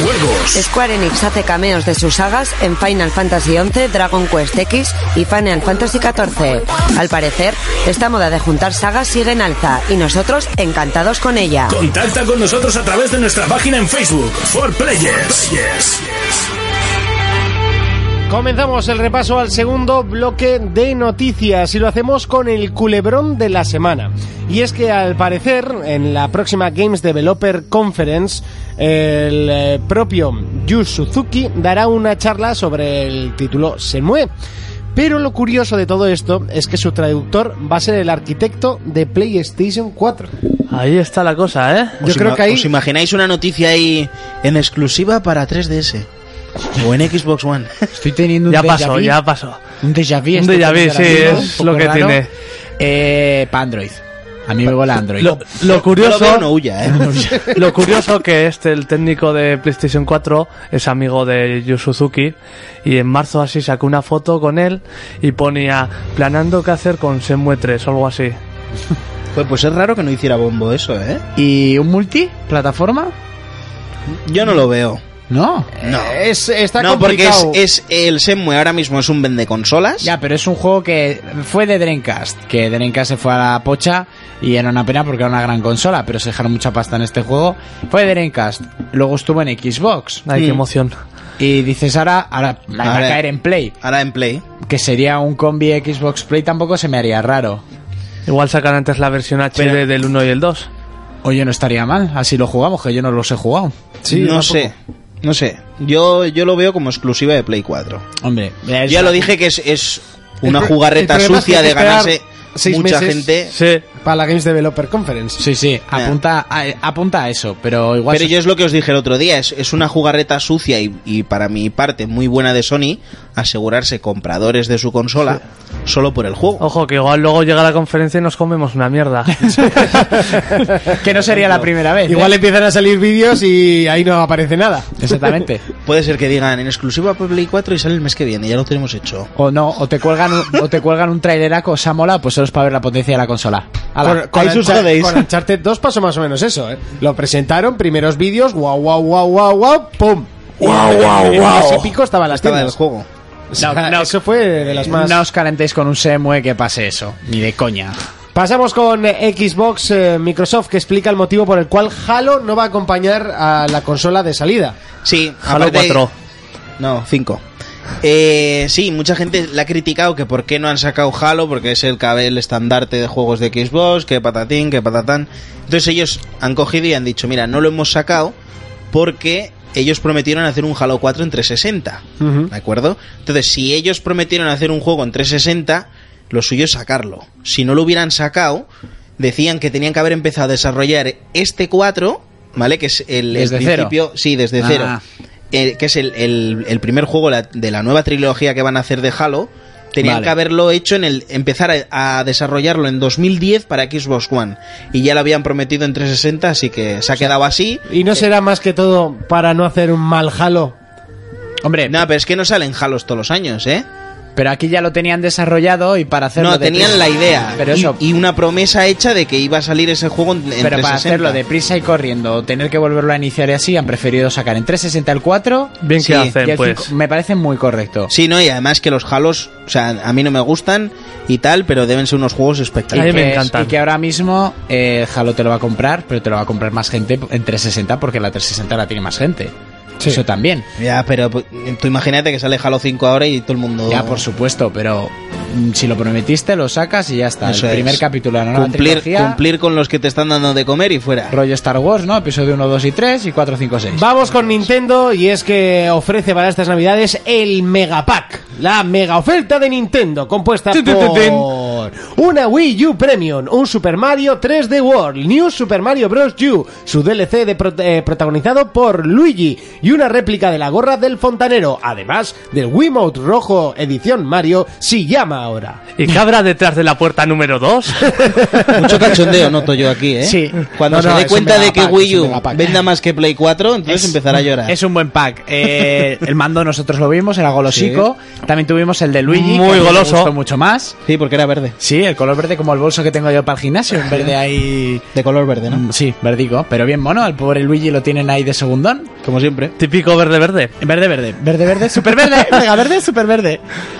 A: Juegos.
C: Square Enix hace cameos de sus sagas en Final Fantasy XI, Dragon Quest X y Final Fantasy XIV. Al parecer, esta moda de juntar sagas sigue en alza y nosotros encantados con ella.
A: Contacta con nosotros a través de nuestra página en Facebook. For Players.
B: Comenzamos el repaso al segundo bloque de noticias y lo hacemos con el culebrón de la semana. Y es que al parecer en la próxima Games Developer Conference el eh, propio Yu Suzuki dará una charla sobre el título Semue. Pero lo curioso de todo esto es que su traductor va a ser el arquitecto de PlayStation 4.
F: Ahí está la cosa, ¿eh?
B: Yo
E: ¿Os
B: creo
E: ima-
B: que ahí
E: ¿Os imagináis una noticia ahí en exclusiva para 3DS? O en Xbox One.
D: Estoy teniendo
F: Ya pasó, ya pasó.
D: Un déjà vu.
F: Un
D: estoy
F: déjà vu,
D: teniendo ahora
F: sí,
D: mismo,
F: es
D: un poco
F: lo que tiene.
D: Eh, para Android. A mí me mola Android.
F: Lo, lo
E: Yo lo
F: curioso,
E: veo, no huya, ¿eh?
F: lo curioso que este, el técnico de PlayStation 4, es amigo de Yu Suzuki y en marzo así sacó una foto con él y ponía planeando qué hacer con Senmue 3 o algo así.
E: Pues, pues es raro que no hiciera bombo eso, ¿eh?
D: ¿Y un multi? ¿Plataforma?
E: Yo no lo veo.
D: No.
E: No.
B: Es, está
E: no, porque es,
B: complicado.
E: es el Semue ahora mismo es un vende consolas.
D: Ya, pero es un juego que fue de Dreamcast. Que Dreamcast se fue a la pocha y era una pena porque era una gran consola, pero se dejaron mucha pasta en este juego. Fue de Dreamcast. Luego estuvo en Xbox.
F: Ay, qué
E: Mm.
F: emoción.
D: Y dices ahora, ahora va a
E: Ahora-
D: caer en Play.
E: Ahora en Play.
D: Que sería un combi Xbox Play tampoco se me haría raro.
F: Igual sacan antes la versión HD
E: Pero-
F: del 1 y el 2.
D: Oye, no estaría mal. Así lo jugamos, que yo no los he jugado.
E: no sé. No sé. Yo, yo lo veo como exclusiva de Play 4.
D: Hombre,
E: Yo ya lo dije que es, es una
B: El pro-
E: jugarreta
B: el problema es que
E: sucia
B: hay que
E: de ganarse
B: esperar seis
E: mucha
B: meses.
E: gente.
F: Sí,
B: Para la Games Developer Conference.
D: Sí, sí, apunta a, apunta a eso, pero igual...
E: Pero yo es lo que os dije el otro día, es, es una jugarreta sucia y, y para mi parte muy buena de Sony asegurarse compradores de su consola solo por el juego.
F: ojo, que igual luego llega la conferencia y nos comemos una mierda.
D: Que no sería la primera vez. ¿eh?
B: Igual empiezan a salir vídeos y ahí no aparece nada.
D: Exactamente.
E: Puede ser que digan en exclusiva para Play 4 y sale el mes que viene, ya lo tenemos hecho.
D: O no, o te cuelgan un, o te cuelgan un traileraco, esa mola, pues solo es para ver la potencia de la consola. Ala.
B: Con, con,
E: ahí sus
B: Unchar-
E: jodéis.
B: con Uncharted 2 pasó más o menos eso, ¿eh? Lo presentaron, primeros vídeos, guau, guau, guau, guau, guau, pum.
G: Guau, guau,
B: En
G: guau.
B: ese pico estaban las
E: Estaba el
B: tiendas.
E: juego. eh,
B: O sea, eso fue de las más...
D: No os calentéis con un semue que pase eso, ni de coña.
B: Pasamos con eh, Xbox eh, Microsoft, que explica el motivo por el cual Halo no va a acompañar a la consola de salida.
E: Sí,
F: Halo
E: aparte-
F: 4.
E: No, 5. Eh, sí, mucha gente la ha criticado que por qué no han sacado Halo, porque es el cabel estandarte de juegos de Xbox, que patatín, que patatán. Entonces ellos han cogido y han dicho, mira, no lo hemos sacado porque ellos prometieron hacer un Halo 4 en 360. ¿De acuerdo? Entonces, si ellos prometieron hacer un juego en 360, lo suyo es sacarlo. Si no lo hubieran sacado, decían que tenían que haber empezado a desarrollar este 4, ¿vale? Que es el, el
D: Desde cero.
E: principio. Sí, desde
D: Ah.
E: cero eh, que es el, el- el primer juego la- de la nueva trilogía que van a hacer de Halo, tenían
D: Vale.
E: que haberlo hecho en el empezar a, a desarrollarlo en 2010 para Xbox One y ya lo habían prometido en 360, así que se ha quedado así.
B: Y no será más que todo para no hacer un mal Halo.
D: Hombre,
E: No, pero es que no salen Halos todos los años, ¿eh?
D: pero aquí ya lo tenían desarrollado y para hacerlo
E: No,
D: de
E: tenían
D: prisa-
E: la idea
D: Pero
E: y-
D: eso,
E: y, una promesa hecha de que iba a salir ese juego en, en
D: pero para
E: 360.
D: hacerlo deprisa y corriendo, o tener que volverlo a iniciar y así, han preferido sacar en 360 el 4
F: Bien
E: Sí,
F: que
D: y
F: hacen,
D: el
F: pues.
D: 5. Me parece muy correcto.
E: Sí, no, y además que los Halos, o sea, a mí no me gustan y tal, pero deben ser unos juegos
F: A
D: Y
F: mí
E: espectaculares.
F: me
D: que, es-
F: encantan.
D: y que ahora mismo eh, Halo te lo va a comprar, pero te lo va a comprar más gente en 360 porque la 360 la tiene más gente. Eso también.
E: Ya, pero pues, tú imagínate que sale Halo 5 ahora y todo el mundo
D: Ya, por supuesto, pero mm, si lo prometiste, lo sacas y ya está.
E: Eso
D: el primer
E: es.
D: capítulo de la nueva
E: cumplir,
D: trilogía,
E: cumplir con los que te están dando de comer y fuera.
D: rollo Star Wars, ¿no? Episodio 1, 2 y 3 y 4, 5, 6.
B: Vamos con Nintendo y es que ofrece para estas navidades el Megapack, la mega oferta de Nintendo compuesta
F: Tin, tin, tin, tin.
B: por una Wii U Premium, un Super Mario 3D World, New Super Mario Bros. U, su DLC de pro- eh, protagonizado por Luigi y una réplica de la gorra del fontanero, además del Wiimote rojo edición Mario, si llama ahora.
F: ¿Y qué habrá detrás de la puerta número 2?
E: Mucho cachondeo noto yo aquí, ¿eh?
D: Sí.
E: Cuando
D: No,
E: se
D: no,
E: dé
D: es un
E: cuenta de que
D: megapack,
E: Wii
D: es un
E: U
D: megapack.
E: venda más que Play 4, entonces empezará a llorar.
D: Es un buen pack. Eh, el mando nosotros lo vimos, era golosico. También tuvimos el de
F: Muy
D: Luigi. que a mí me
F: goloso.
D: gustó mucho más.
E: Sí, porque era verde.
D: Sí, el color verde como el bolso que tengo yo para el gimnasio. En verde ahí...
E: De color verde, ¿no?
D: Mm, Sí, verdigo. Pero bien mono, al pobre Luigi lo tienen ahí de segundón.
E: Como siempre.
F: Típico verde-verde.
D: Verde, verde, verde, verde, super verde, mega verde, super verde.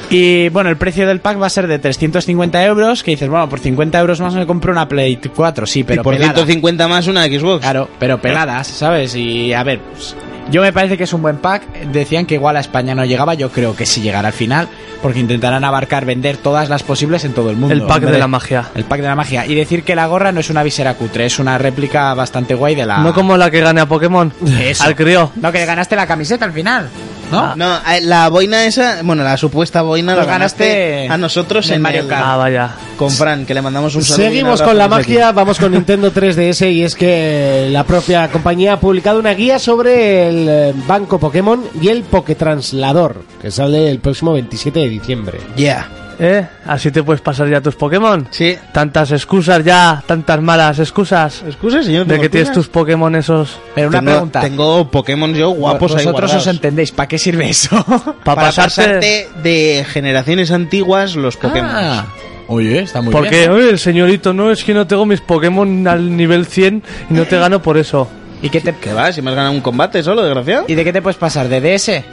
D: Y bueno, el precio del pack va a ser de 350 euros. Que dices, bueno, por 50 euros más me compro una Play 4, sí, pero
E: y por
D: pelada.
E: 150 más una Xbox.
D: Claro, pero peladas, ¿sabes? Y a ver, pues, yo me parece que es un buen pack. Decían que igual a España no llegaba, yo creo que sí llegará al final, porque intentarán abarcar, vender todas las posibles en todo el mundo.
F: El pack
D: Hombre,
F: de la magia.
D: El pack de la magia. Y decir que la gorra no es una visera cutre, es una réplica bastante guay de la.
F: No como la que gane a Pokémon.
D: Ah. Eso.
F: Al crío.
D: No, que ganaste la camiseta al final, ¿no?
E: No, eh, la boina esa, bueno, la supuesta boina
D: Nos
E: la ganaste,
D: ganaste
E: a nosotros
D: en
E: en
D: Mario
E: el-
D: Kart.
F: Ah, vaya.
E: con Fran, que le mandamos
D: Pues
E: un saludo. y un
B: Seguimos
E: abrazo
B: con la
E: desde aquí.
B: magia, vamos con Nintendo 3DS y es que la propia compañía ha publicado una guía sobre el eh, banco Pokémon y el Poketranslador, que sale el próximo 27 de diciembre.
E: Ya.
F: ¿Eh? Así te puedes pasar ya tus Pokémon.
E: Sí.
F: Tantas excusas ya, tantas malas excusas.
E: Excusas, señor.
F: De que tienes tus Pokémon esos
D: Pero una
E: tengo,
D: pregunta.
E: Tengo Pokémon yo guapos ahí
D: Vosotros os
E: guardados.
D: entendéis, ¿para qué sirve eso?
F: para,
E: Para
F: pasarte.
E: pasarte de generaciones antiguas los Pokémon.
D: Ah. Oye, está muy bien.
F: Porque, "Oye, el señorito, no, es que no tengo mis Pokémon al nivel 100 y no te gano por eso.
D: ¿Y qué te
E: ¿Qué va? Si me has ganado un combate solo, desgraciado.
D: ¿Y de qué te puedes pasar? ¿De DS?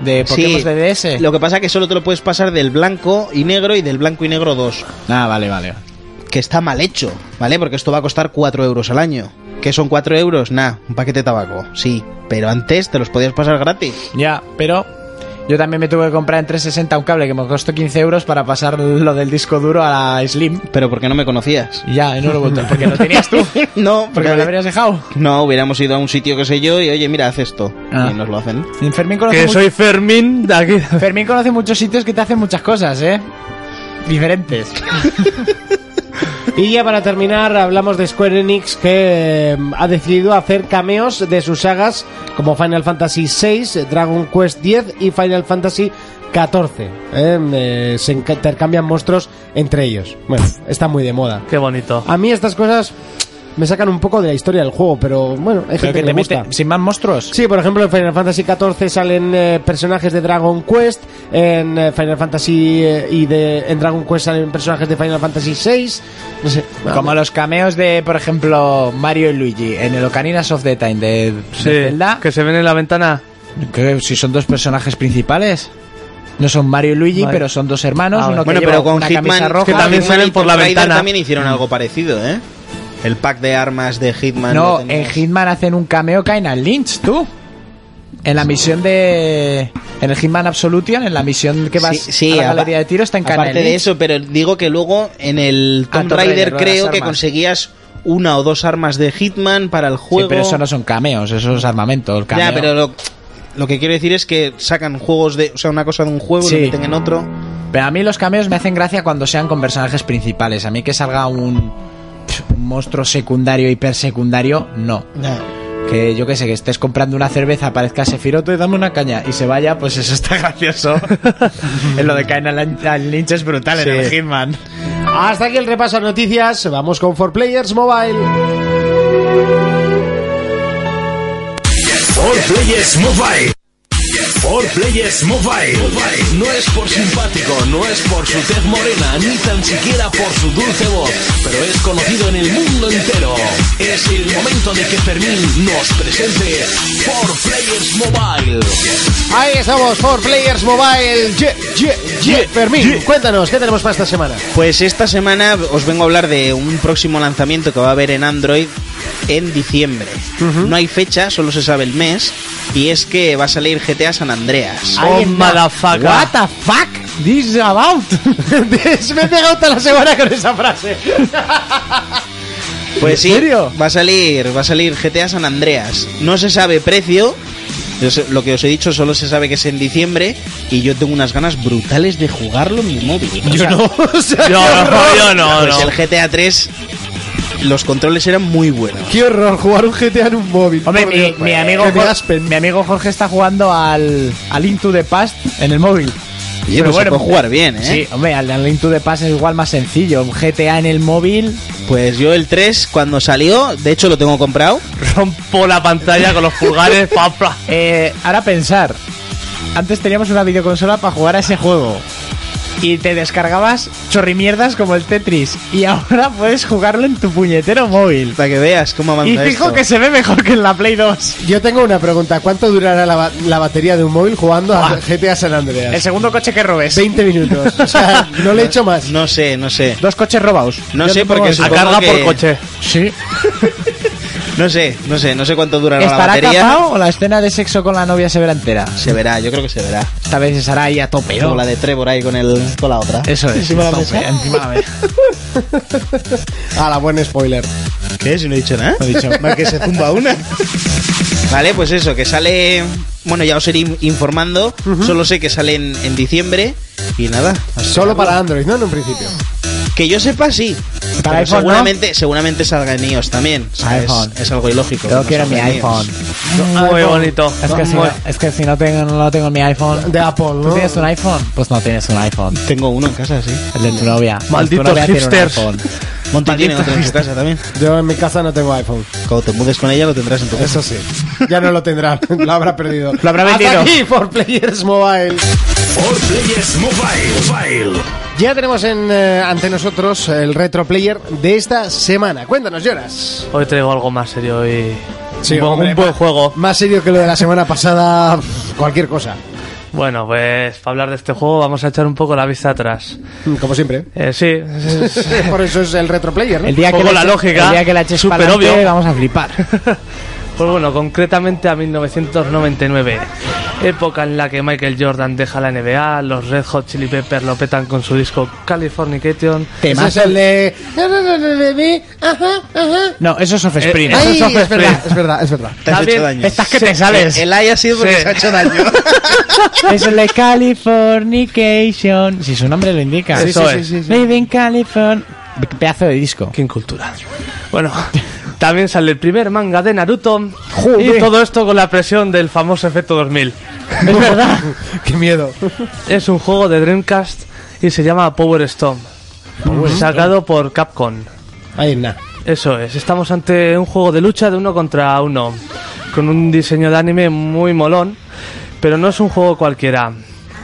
D: ¿De Pokémon de DS?
E: Lo que pasa es que solo te lo puedes pasar del blanco y negro y del blanco y negro 2.
D: Ah, vale, vale.
E: Que está mal hecho, ¿vale? Porque esto va a costar 4 euros al año. ¿Qué son 4 euros? Nah, un paquete de tabaco. Sí, pero antes te los podías pasar gratis.
D: Ya, pero yo también me tuve que comprar en 360 un cable que me costó 15 euros para pasar lo del disco duro a la Slim.
E: Pero porque no me conocías.
D: Y ya, no lo voté, porque lo tenías tú.
E: No,
D: Porque me lo habrías dejado.
E: No, hubiéramos ido a un sitio que sé yo y oye, mira, haz esto.
D: Ah.
E: Y nos lo hacen.
D: Fermín conoce,
F: Que
D: mu-
F: soy Fermín de aquí.
D: Fermín conoce muchos sitios que te hacen muchas cosas, ¿eh? Diferentes.
B: Y ya para terminar, hablamos de Square Enix que eh, ha decidido hacer cameos de sus sagas como Final Fantasy VI, Dragon Quest X y Final Fantasy XIV. ¿eh? Eh, se enca- intercambian monstruos entre ellos. Bueno, está muy de moda.
F: Qué bonito.
B: A mí estas cosas me sacan un poco de la historia del juego, pero bueno, hay
D: Pero
B: gente
D: que
B: que
D: te
B: le gusta.
D: mete sin más monstruos.
B: Sí, por ejemplo, en Final Fantasy XIV salen eh, personajes de Dragon Quest, en eh, Final Fantasy eh, y de, en Dragon Quest salen personajes de Final Fantasy VI, no sé.
D: Como los cameos de, por ejemplo, Mario y Luigi en el Ocarinas of the Time de, de
F: Sí,
D: Zelda.
F: que se ven en la ventana.
D: Que si son dos personajes principales. No son Mario y Luigi,
F: Vale.
D: pero son dos hermanos.
F: Ah,
D: uno que
E: bueno,
D: lleva
E: pero con
D: una
E: Hitman,
D: camisa roja.
F: que también
E: Hitman
F: salen
E: y
F: por la
E: Tomb Raider
F: ventana.
E: También hicieron algo parecido, ¿eh? El pack de armas de Hitman.
D: No,
E: lo
D: en
E: tenías.
D: Hitman hacen un cameo caen al Lynch, tú. En la misión de. En el Hitman Absolution, en la misión que vas
E: Sí, sí,
D: a la
E: apa-
D: galería de tiro, está en Caen al
E: Aparte de
D: Lynch.
E: eso, pero digo que luego en el
D: Ah,
E: Tomb
D: Tomb Raider,
E: Raider
D: lo de las
E: creo que
D: armas.
E: conseguías una o dos armas de Hitman para el
D: Sí,
E: juego.
D: pero eso no son cameos, eso es armamento. El cameo.
E: Ya, pero lo, lo que quiero decir es que sacan juegos de. O sea, una cosa de un juego y
D: Sí.
E: lo meten en otro.
D: Pero a mí los cameos me hacen gracia cuando sean con personajes principales. A mí que salga un, pf, un monstruo secundario, hipersecundario, no. Que yo que sé, que estés comprando una cerveza, aparezca Sefiroto y dame una caña y se vaya, pues eso está gracioso. en lo de caen al, al Lynch es brutal en el Hitman.
B: Hasta aquí el repaso a noticias, vamos con 4Players Mobile.
A: For Players Mobile. For Players Mobile.
H: No es por simpático, no es por su tez morena, ni tan siquiera por su dulce voz, pero es conocido en el mundo entero. Es el momento de que Fermín nos presente por Players Mobile.
B: Ahí estamos, 4Players Mobile. Ye, ye, ye. Fermín, cuéntanos, ¿qué tenemos para esta semana?
E: Pues esta semana os vengo a hablar de un próximo lanzamiento que va a haber en Android en diciembre. No hay fecha, solo se sabe el mes. Y es que va a salir GTA San Andreas.
F: Oh, motherfucker.
B: What the fuck this about? Me he pegado toda la semana con esa frase.
E: Pues sí,
B: serio?
E: va a salir, va a salir GTA San Andreas. No se sabe precio. yo sé- Lo que os he dicho solo se sabe que es en diciembre y yo tengo unas ganas brutales de jugarlo en mi móvil. O sea,
B: o sea,
F: Yo no, yo no,
E: pues
F: no.
E: el GTA 3 los controles eran muy buenos.
B: Qué horror jugar un GTA en un móvil.
D: Hombre,
B: Por
D: mi,
E: pues,
B: Dios.
D: mi amigo
B: Que te
D: Jorge,
B: aspen.
D: mi amigo Jorge está jugando al, al Into the Past en el móvil.
E: Oye, pues se puede jugar bien, ¿eh?
D: Sí, hombre, al, al Into the Past es igual más sencillo. Un GTA en el móvil,
E: Pues yo el 3 cuando salió, de hecho lo tengo comprado.
F: Rompo la pantalla con los pulgares. pa, pa.
D: Eh, ahora pensar. Antes teníamos una videoconsola para jugar a ese juego. Y te descargabas chorrimierdas como el Tetris. Y ahora puedes jugarlo en tu puñetero móvil.
E: Para que veas cómo avanza
D: Y fijo
E: esto.
D: que se ve mejor que en la Play 2.
B: Yo tengo una pregunta. ¿Cuánto durará la, ba- la batería de un móvil jugando a GTA San
D: El
E: Pues
B: Andreas?
D: segundo coche que robes.
B: 20 minutos. O sea, no le he hecho más.
E: No sé, no sé.
D: Dos coches robados.
E: No
D: Yo
E: sé,
D: te
E: porque
D: pongo-
F: A
E: Supongo
F: carga
E: que-
F: por coche.
D: Sí.
E: No sé, no sé, no sé cuánto durará la
D: ¿Estará
E: batería.
D: capado o la escena de sexo con la novia se verá entera?
E: Se verá, yo creo que se verá.
D: Esta vez estará ahí a tope,
E: Como
D: ¿no?
E: la de Trevor ahí con el con la otra.
D: Eso es.
B: Encima de la
D: a tope,
B: mesa.
D: encima de la mesa.
B: A la buen spoiler.
E: ¿Qué? Si no he dicho nada.
D: Lo he dicho.
E: que se zumba una. Vale, pues eso, que sale. Bueno, ya os iré in- informando. Solo sé que sale en, en diciembre. Y nada.
B: Solo para Android, ¿no? En un principio.
E: Que yo sepa, sí. Pero
D: Para iPhone, ¿no?
E: seguramente, seguramente salga en iOS también. O sea, es-
D: iPhone.
E: Es, algo ilógico.
D: Yo
E: que no
D: quiero mi
E: salga en iOS.
D: iPhone.
F: Muy bonito.
D: Es que, si no,
F: Muy-
D: es que si no tengo, no tengo mi iPhone.
B: De Apple,
D: ¿Tú
B: ¿no?
D: tienes un iPhone? Pues no tienes un iPhone.
E: Tengo uno en casa, sí.
D: El de tu novia.
F: Malditos
D: Tu novia tiene un
F: hipsters.
D: iPhone.
E: Monty tiene otro en su casa también.
B: Yo en mi casa no tengo iPhone.
E: Cuando te mudes con ella lo tendrás en tu casa.
B: Eso sí. Ya no lo tendrá. Lo habrá perdido.
D: Lo habrá
B: Hasta
D: vendido.
B: aquí por Players Mobile.
A: For Players Mobile. Mobile.
B: Ya tenemos en, eh, ante nosotros el retro player de esta semana. Cuéntanos, Jonas.
F: Hoy traigo algo más serio y.
B: Sí,
F: un, bu-
B: hombre,
F: un buen
B: va.
D: pues.
F: juego.
B: Más serio que lo de la semana pasada, cualquier cosa.
F: Bueno, pues para hablar de este juego vamos a echar un poco la vista atrás.
B: Como siempre.
F: Eh, sí, es- es-
B: Por eso es el retro player, ¿no?
D: El día que
F: Poco
D: le
F: la
D: eche-
F: lógica,
D: El día que la eches
F: súper
D: para adelante,
F: obvio.
D: vamos a flipar.
F: Pues bueno, concretamente a 1999, época en la que Michael Jordan deja la NBA, los Red Hot Chili Peppers lo petan con su disco Californication.
B: Ese es el de... Ajá, ajá.
D: No, eso es off
F: Eh,
D: sprint.
F: eh.
B: Ay,
F: Eso es
B: es verdad,
F: Offspring.
B: es verdad, es verdad.
E: Te has
F: También
E: hecho daño.
D: Estás que te sales.
E: El ay ha sido porque
F: Sí.
E: se ha hecho daño.
D: Es el de Californication. Si su nombre lo indica.
F: Sí,
D: Eso
F: sí,
D: es.
F: sí, sí, sí.
D: Live in California. Pedazo de disco.
F: ¡Qué cultura! Bueno, también sale el primer manga de Naruto
D: Joder.
F: y todo esto con la presión del famoso efecto 2000.
D: Es verdad.
B: Qué miedo.
F: Es un juego de Dreamcast y se llama Power Stone, sacado por Capcom.
B: Ahí nada.
F: Eso es, estamos ante un juego de lucha de uno contra uno, con un diseño de anime muy molón, pero no es un juego cualquiera.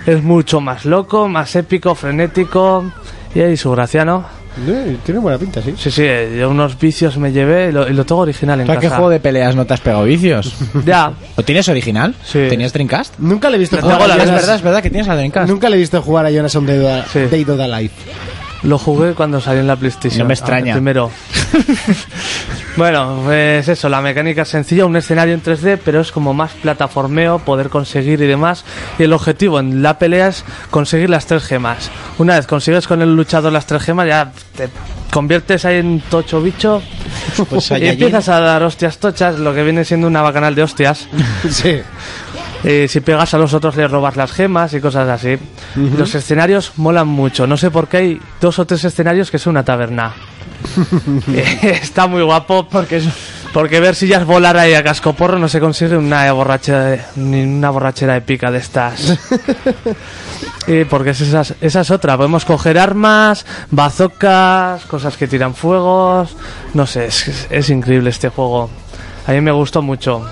F: Es mucho más loco, más épico, frenético y ahí su gracia, ¿no?
B: Tiene buena pinta, sí.
F: Sí, sí, eh, yo unos vicios me llevé y lo, y lo tengo original en
D: ¿Tú a
F: casa.
D: qué juego de peleas no te has pegado vicios?
F: Ya,
D: ¿Lo tienes original?
F: Sí.
D: ¿Tenías Dreamcast? Oh,
B: Nunca le he visto
F: Lo
B: jugar
F: tengo
B: a
F: la-
D: es
B: Jonas-
D: verdad, es verdad que tienes la Dreamcast.
B: Nunca le he visto jugar a Jonas a un Dead
F: Sí.
B: Dead or Alive.
F: lo jugué cuando salió en la PlayStation.
D: No me
F: ah,
D: extraña.
F: Primero. bueno, pues eso, la mecánica es sencilla, un escenario en 3D, pero es como más plataformeo, poder conseguir y demás. Y el objetivo en la pelea es conseguir las tres gemas. Una vez consigues con el luchador las tres gemas, ya te conviertes ahí en tocho bicho
E: Pues
F: y
E: allí-
F: empiezas a dar hostias tochas, lo que viene siendo una bacanal de hostias.
B: Sí.
F: Eh, si pegas a los otros les robas las gemas y cosas así. Los escenarios molan mucho. No sé por qué hay dos o tres escenarios que son una taberna. Eh, está muy guapo porque es- porque ver sillas volar ahí a cascoporro no se consigue una borrachera ni una borrachera épica de estas. Eh, porque es esas, esa es otra. Podemos coger armas, bazocas, cosas que tiran fuegos. No sé, es- es- es increíble este juego. A mí me gustó mucho.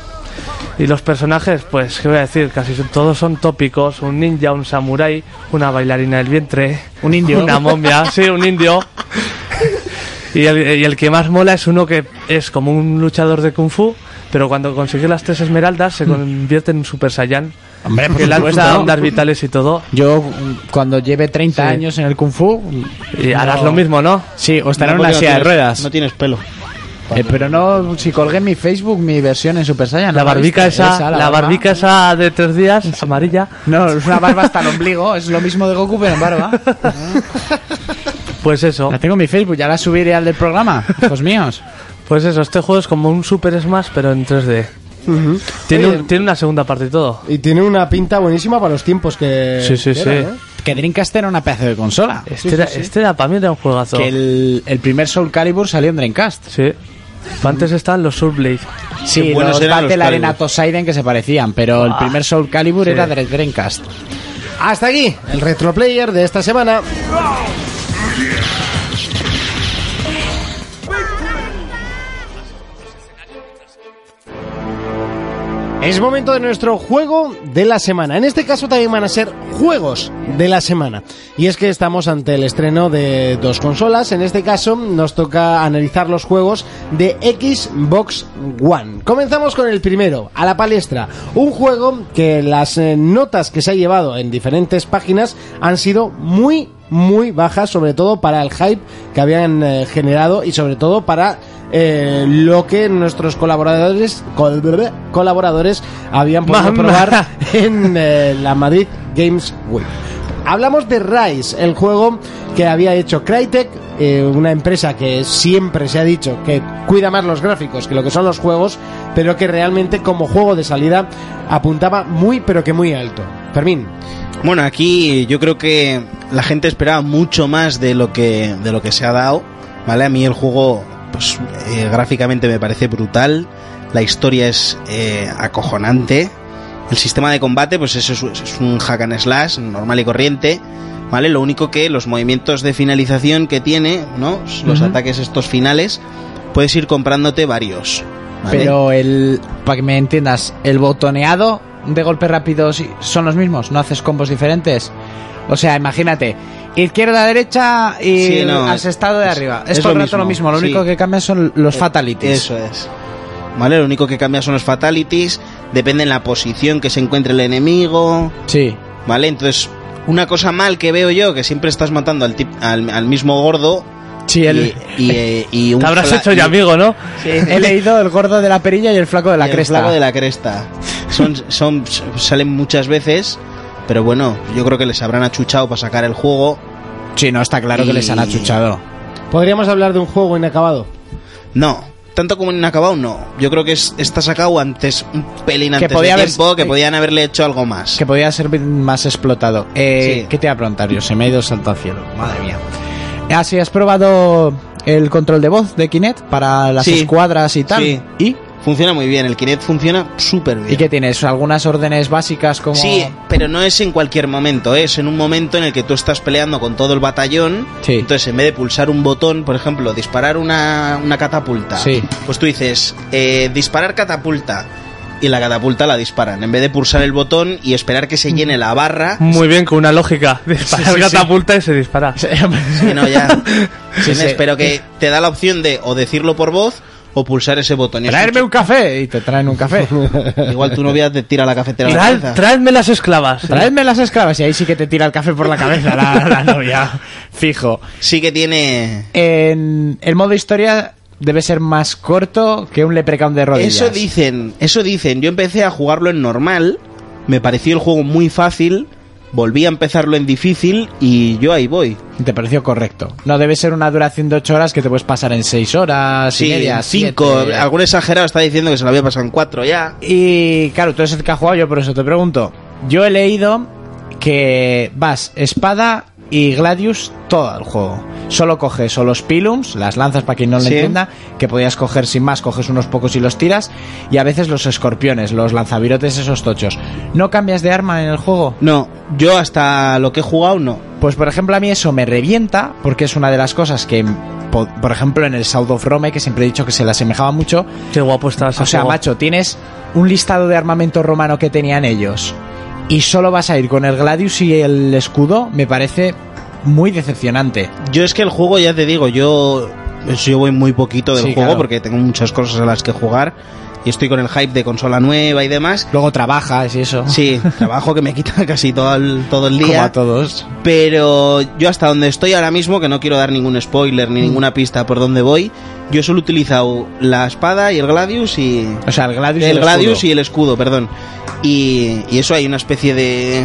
F: Y los personajes, pues, ¿qué voy a decir? Casi son- todos son tópicos. Un ninja, un samurái, una bailarina del vientre. Un indio. Una momia, sí, un indio. Y el, y el que más mola es uno que es como un luchador de kung fu, pero cuando consigue las tres esmeraldas se convierte en un Super Saiyan.
D: Hombre, por
F: Que lanza
D: supuesto.
F: ondas vitales y todo.
D: Yo, mm, cuando lleve
F: Sí.
D: 30 años en el Kung Fu.
F: Y
D: no-
F: harás lo mismo, ¿no?
D: Sí, o estaré en
E: porque
D: una
E: no
D: silla de
E: tienes-
D: ruedas.
E: No tienes pelo.
D: Eh, pero no, si colgué en mi Facebook mi versión en Super Saiyan. ¿no
F: La barbica
D: viste?
F: esa, la
D: barba.
F: barbica esa de tres días, amarilla.
D: No, es una barba hasta el ombligo. Es lo mismo de Goku, pero en barba.
F: Pues eso.
D: La tengo en mi Facebook, ya la subiré al del programa. Hijos míos.
F: Pues eso, este juego es como un Super Smash, pero en 3D. Tiene, un- tiene una segunda parte y todo.
B: Y tiene una pinta buenísima para los tiempos que.
F: Sí, sí,
B: que
F: sí.
B: eran, ¿eh?
D: Que Dreamcast era una pedazo de consola.
F: Este, era, este era- para mí era un juegazo.
D: Que el, el primer Soul Calibur salió en Dreamcast.
F: Sí. Antes estaban los Soul Blade.
D: Sí,
E: Qué buenos
D: los
E: eran
D: Battle
E: los
D: Arena
E: Calibur.
D: Tosaiden que se parecían, pero el
F: Ah,
D: primer Soul Calibur
F: sí.
D: era de Dreamcast.
B: Hasta aquí el retro player de esta semana. Es momento de nuestro juego de la semana. En este caso también van a ser juegos de la semana. Y es que estamos ante el estreno de dos consolas. En este caso nos toca analizar los juegos de Xbox One. Comenzamos con el primero, a la palestra. Un juego que las eh, notas que se ha llevado en diferentes páginas han sido muy muy bajas, sobre todo para el hype que habían eh, generado y sobre todo para eh, lo que nuestros colaboradores col- colaboradores habían podido
F: Mamma.
B: probar en eh, la Madrid Games Week. Hablamos de Rise, el juego que había hecho Crytek, eh, una empresa que siempre se ha dicho que cuida más los gráficos que lo que son los juegos, pero que realmente como juego de salida apuntaba muy pero que muy alto. Fermín,
E: Bueno, aquí yo creo que la gente esperaba mucho más de lo que, de lo que se ha dado. ¿Vale? A mí el juego, pues, eh, gráficamente me parece brutal. La historia es eh, acojonante. El sistema de combate, pues eso es, es un hack and slash normal y corriente. ¿Vale? Lo único que los movimientos de finalización que tiene, ¿no? Los ataques estos finales, puedes ir comprándote varios. ¿vale?
D: Pero el. Para que me entiendas, el botoneado de golpes rápidos son los mismos, no haces combos diferentes. O sea, imagínate, izquierda, derecha y
E: Sí, no,
D: has
E: es-
D: estado de
E: es-
D: arriba.
E: es
D: Es todo el
E: lo
D: rato lo
E: mismo,
D: mismo, lo
E: sí. Eh,
D: único que cambia son los fatalities.
E: Eso es. ¿Vale? Lo único que cambia son los fatalities. Depende de la posición que se encuentre el enemigo.
D: Sí.
E: ¿Vale? Entonces, una cosa mal que veo yo, que siempre estás matando al, tip- al, al mismo gordo.
D: Sí, el-
E: y, y, eh, y un
F: Te habrás
E: fla-
F: hecho ya
E: y-
F: amigo, ¿no?
E: Sí.
D: He leído el gordo de la perilla y el flaco de la
E: Y el
D: cresta.
E: flaco de la cresta. Son, son, salen muchas veces, pero bueno, yo creo que les habrán achuchado para sacar el juego.
D: Sí, no, está claro que les han
E: Y-
D: achuchado.
B: Podríamos hablar de un juego inacabado.
E: No, tanto como inacabado, no. Yo creo que es- está sacado antes, un pelín antes
D: podía
E: de
D: haber-
E: tiempo, que podían haberle hecho algo más.
D: Que podía ser más explotado. Eh,
E: Sí.
D: ¿Qué te voy a preguntar yo? Se me ha ido salto al cielo. Madre mía. Ah, sí, has probado el control de voz de Kinect para las
E: Sí.
D: escuadras y tal.
E: Sí.
D: ¿Y?
E: Funciona muy bien, el Kinect funciona súper bien.
D: ¿Y qué tienes? ¿Algunas órdenes básicas como.?
E: Sí, pero no es en cualquier momento, ¿eh? es en un momento en el que tú estás peleando con todo el batallón.
D: Sí.
E: Entonces, en vez de pulsar un botón, por ejemplo, disparar una, una catapulta,
D: Sí.
E: pues tú dices eh, disparar catapulta y la catapulta la disparan. En vez de pulsar el botón y esperar que se llene la barra.
F: Muy bien, con una lógica. Disparar
D: Sí, sí, sí.
F: catapulta y se dispara.
E: Sí, no, ya.
D: Sí, sí.
E: Pero que te da la opción de o decirlo por voz o pulsar ese botón. Y es
D: Traerme un café y te traen un café.
E: mucho- Igual tu novia te tira la cafetera a la
F: Traed,
E: cabeza.
F: traedme las esclavas.
D: Traedme las esclavas y ahí sí que te tira el café por la cabeza la, la novia. Fijo.
E: Sí que tiene.
D: En el modo historia debe ser más corto que un leprecaun de rodillas.
E: Eso dicen, eso dicen. Yo empecé a jugarlo en normal, me pareció el juego muy fácil, volví a empezarlo en difícil y yo ahí voy.
D: Te pareció correcto. No debe ser una duración de 8 horas que te puedes pasar en 6 horas, y
E: Sí,
D: media,
E: cinco.
D: siete.
E: Algún exagerado está diciendo que se lo había pasado en cuatro ya.
D: Y claro, tú eres el que ha jugado, yo por eso te pregunto. Yo he leído que vas espada y gladius todo el juego. Solo coges o los pilums, las lanzas para quien no lo
E: Sí.
D: entienda, que podías coger sin más, coges unos pocos y los tiras, y a veces los escorpiones, los lanzavirotes, esos tochos. ¿No cambias de arma en el juego?
E: No, yo hasta lo que he jugado no.
D: Pues por ejemplo a mí eso me revienta porque es una de las cosas que, po- por ejemplo en el South of Rome, que siempre he dicho que se le asemejaba mucho,
F: Qué guapo estás.
D: o sea, macho, tienes un listado de armamento romano que tenían ellos y solo vas a ir con el Gladius y el escudo, me parece muy decepcionante.
E: Yo es que el juego, ya te digo, yo, pues yo voy muy poquito del
D: Sí,
E: juego
D: claro.
E: porque tengo muchas cosas a las que jugar y estoy con el hype de consola nueva y demás.
D: Luego trabajas y eso.
E: Sí, trabajo que me quita casi todo el, todo el día.
D: Como a todos.
E: Pero yo hasta donde estoy ahora mismo, que no quiero dar ningún spoiler
D: Mm.
E: ni ninguna pista por donde voy, yo solo he utilizado la espada y el gladius y...
D: O sea, el Gladius, y
E: El gladius
D: escudo.
E: y el escudo, perdón. Y, y eso hay una especie de,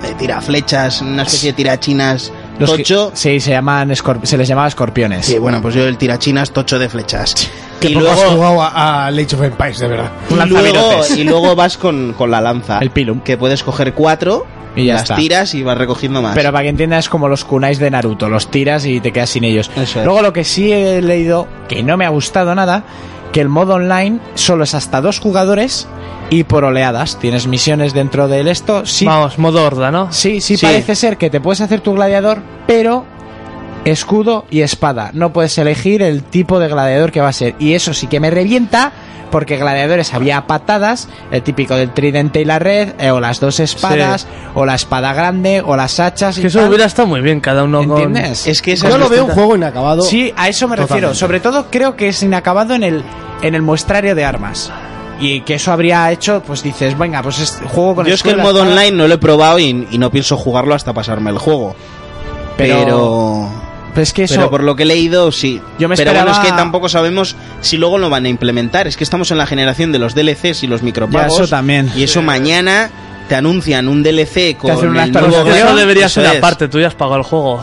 E: de tiraflechas, una especie de tirachinas
D: Los que-
E: tocho.
D: Sí, se, llaman escorp- se les llamaba escorpiones.
E: Sí, bueno, pues yo el tirachinas tocho de flechas.
B: Que
E: Y
B: poco has
E: luego,
B: jugado a, a Age of Empires, de verdad.
E: y luego, y luego vas con, con la lanza.
D: El pilum.
E: Que puedes coger cuatro,
D: Y ya
E: las
D: está.
E: tiras y vas recogiendo más.
D: Pero para que entiendas, es como los kunais de Naruto, los tiras y te quedas sin ellos.
E: Eso es.
D: Luego lo que sí he leído, que no me ha gustado nada, que el modo online solo es hasta dos jugadores y por oleadas. Tienes misiones dentro del esto. Sí,
F: Vamos, modo horda, ¿no?
D: sí, sí,
E: Sí.
D: parece ser que te puedes hacer tu gladiador, pero escudo y espada. No puedes elegir el tipo de gladiador que va a ser. Y eso sí que me revienta. Porque gladiadores había a patadas, el típico del tridente y la red, eh, o las dos espadas, o la espada grande, o las hachas.
F: Es
D: y
F: que eso
D: tal.
F: hubiera estado muy bien, cada uno con...
D: ¿Entiendes?
E: es que esa
B: Yo
E: es
B: lo
E: la-
B: veo un juego inacabado.
D: Sí, a eso me refiero.
B: Totalmente.
D: Sobre todo creo que es inacabado en el, en el muestrario de armas. Y que eso habría hecho, pues dices, venga, pues es juego con
E: Yo es que el
D: escudo,
E: modo
D: espada,
E: online no lo he probado y, y no pienso jugarlo hasta pasarme el juego.
D: Pero-
E: Pero. Pero,
D: Pues es que eso.
E: por lo que he leído, sí.
D: Yo me
E: pero bueno,
D: esperaba-
E: es que tampoco sabemos si luego lo van a implementar. Es que estamos en la generación de los DLCs y los micropagos.
D: Ya, eso también.
E: Y eso mañana te anuncian un DLC con
D: hacen una
E: el nuevo
D: actualización.
F: Pues Eso
E: gran-
F: debería
E: Eso
F: ser
E: es.
F: aparte, tú ya has pagado el juego.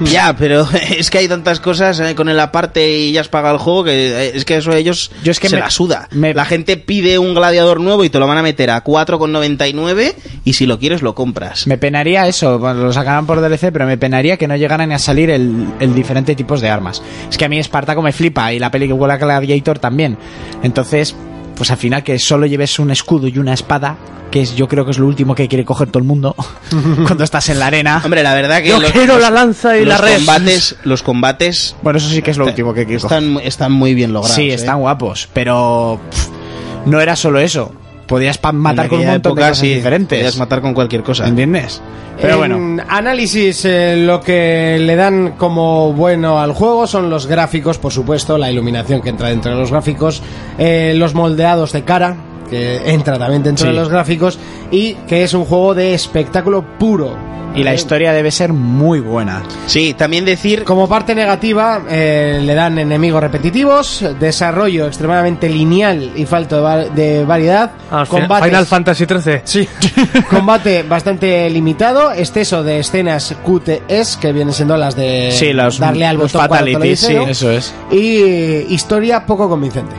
E: Ya, pero es que hay tantas cosas eh, con el aparte y ya has pagado el juego que eh, es que eso a ellos
D: Yo es que
E: se
D: me-
E: la suda.
D: me-
E: La gente pide un gladiador nuevo y te lo van a meter a 4,99 y si lo quieres lo compras.
D: Me penaría eso, bueno, lo sacarán por DLC, pero me penaría que no llegaran a salir el, el diferente tipos de armas. Es que a mí Espartaco me flipa y la película Gladiator también. Entonces, pues al final que solo lleves un escudo y una espada, que es yo creo que es lo último que quiere coger todo el mundo cuando estás en la arena.
E: Hombre, la verdad que
F: Yo
E: los-
F: quiero la lanza y
E: los
F: la red.
E: combates, los combates
D: Bueno, eso sí que es lo último que quiere coger.
E: están, están muy bien logrados.
D: Sí,
E: eh.
D: están guapos, pero pff, no era solo eso. Podías pa-
E: En
D: matar con un
E: aquella
D: montón
E: época,
D: de cosas
E: sí, podías
D: diferentes.
E: matar con cualquier cosa.
D: ¿Entiendes? Pero
B: En
D: bueno.
B: Análisis, eh, lo que le dan como bueno al juego son los gráficos, por supuesto, la iluminación que entra dentro de los gráficos, eh, los moldeados de cara, que entra también dentro
D: Sí.
B: de los gráficos, y que es un juego de espectáculo puro.
D: Y la historia debe ser muy buena.
E: Sí, también decir
B: Como parte negativa, eh, le dan enemigos repetitivos, desarrollo extremadamente lineal y falto de, va- de variedad,
D: Ah,
F: Al fin-
B: combates-
F: Ah, Final Fantasy 13.
B: Sí. Combate bastante limitado, exceso de escenas QTS, que vienen siendo las de
D: Sí, los-
B: darle al
D: los
B: botón cuando te lo
D: fatalities,
B: dice,
D: sí, eso es.
B: Y eh, historia poco convincente.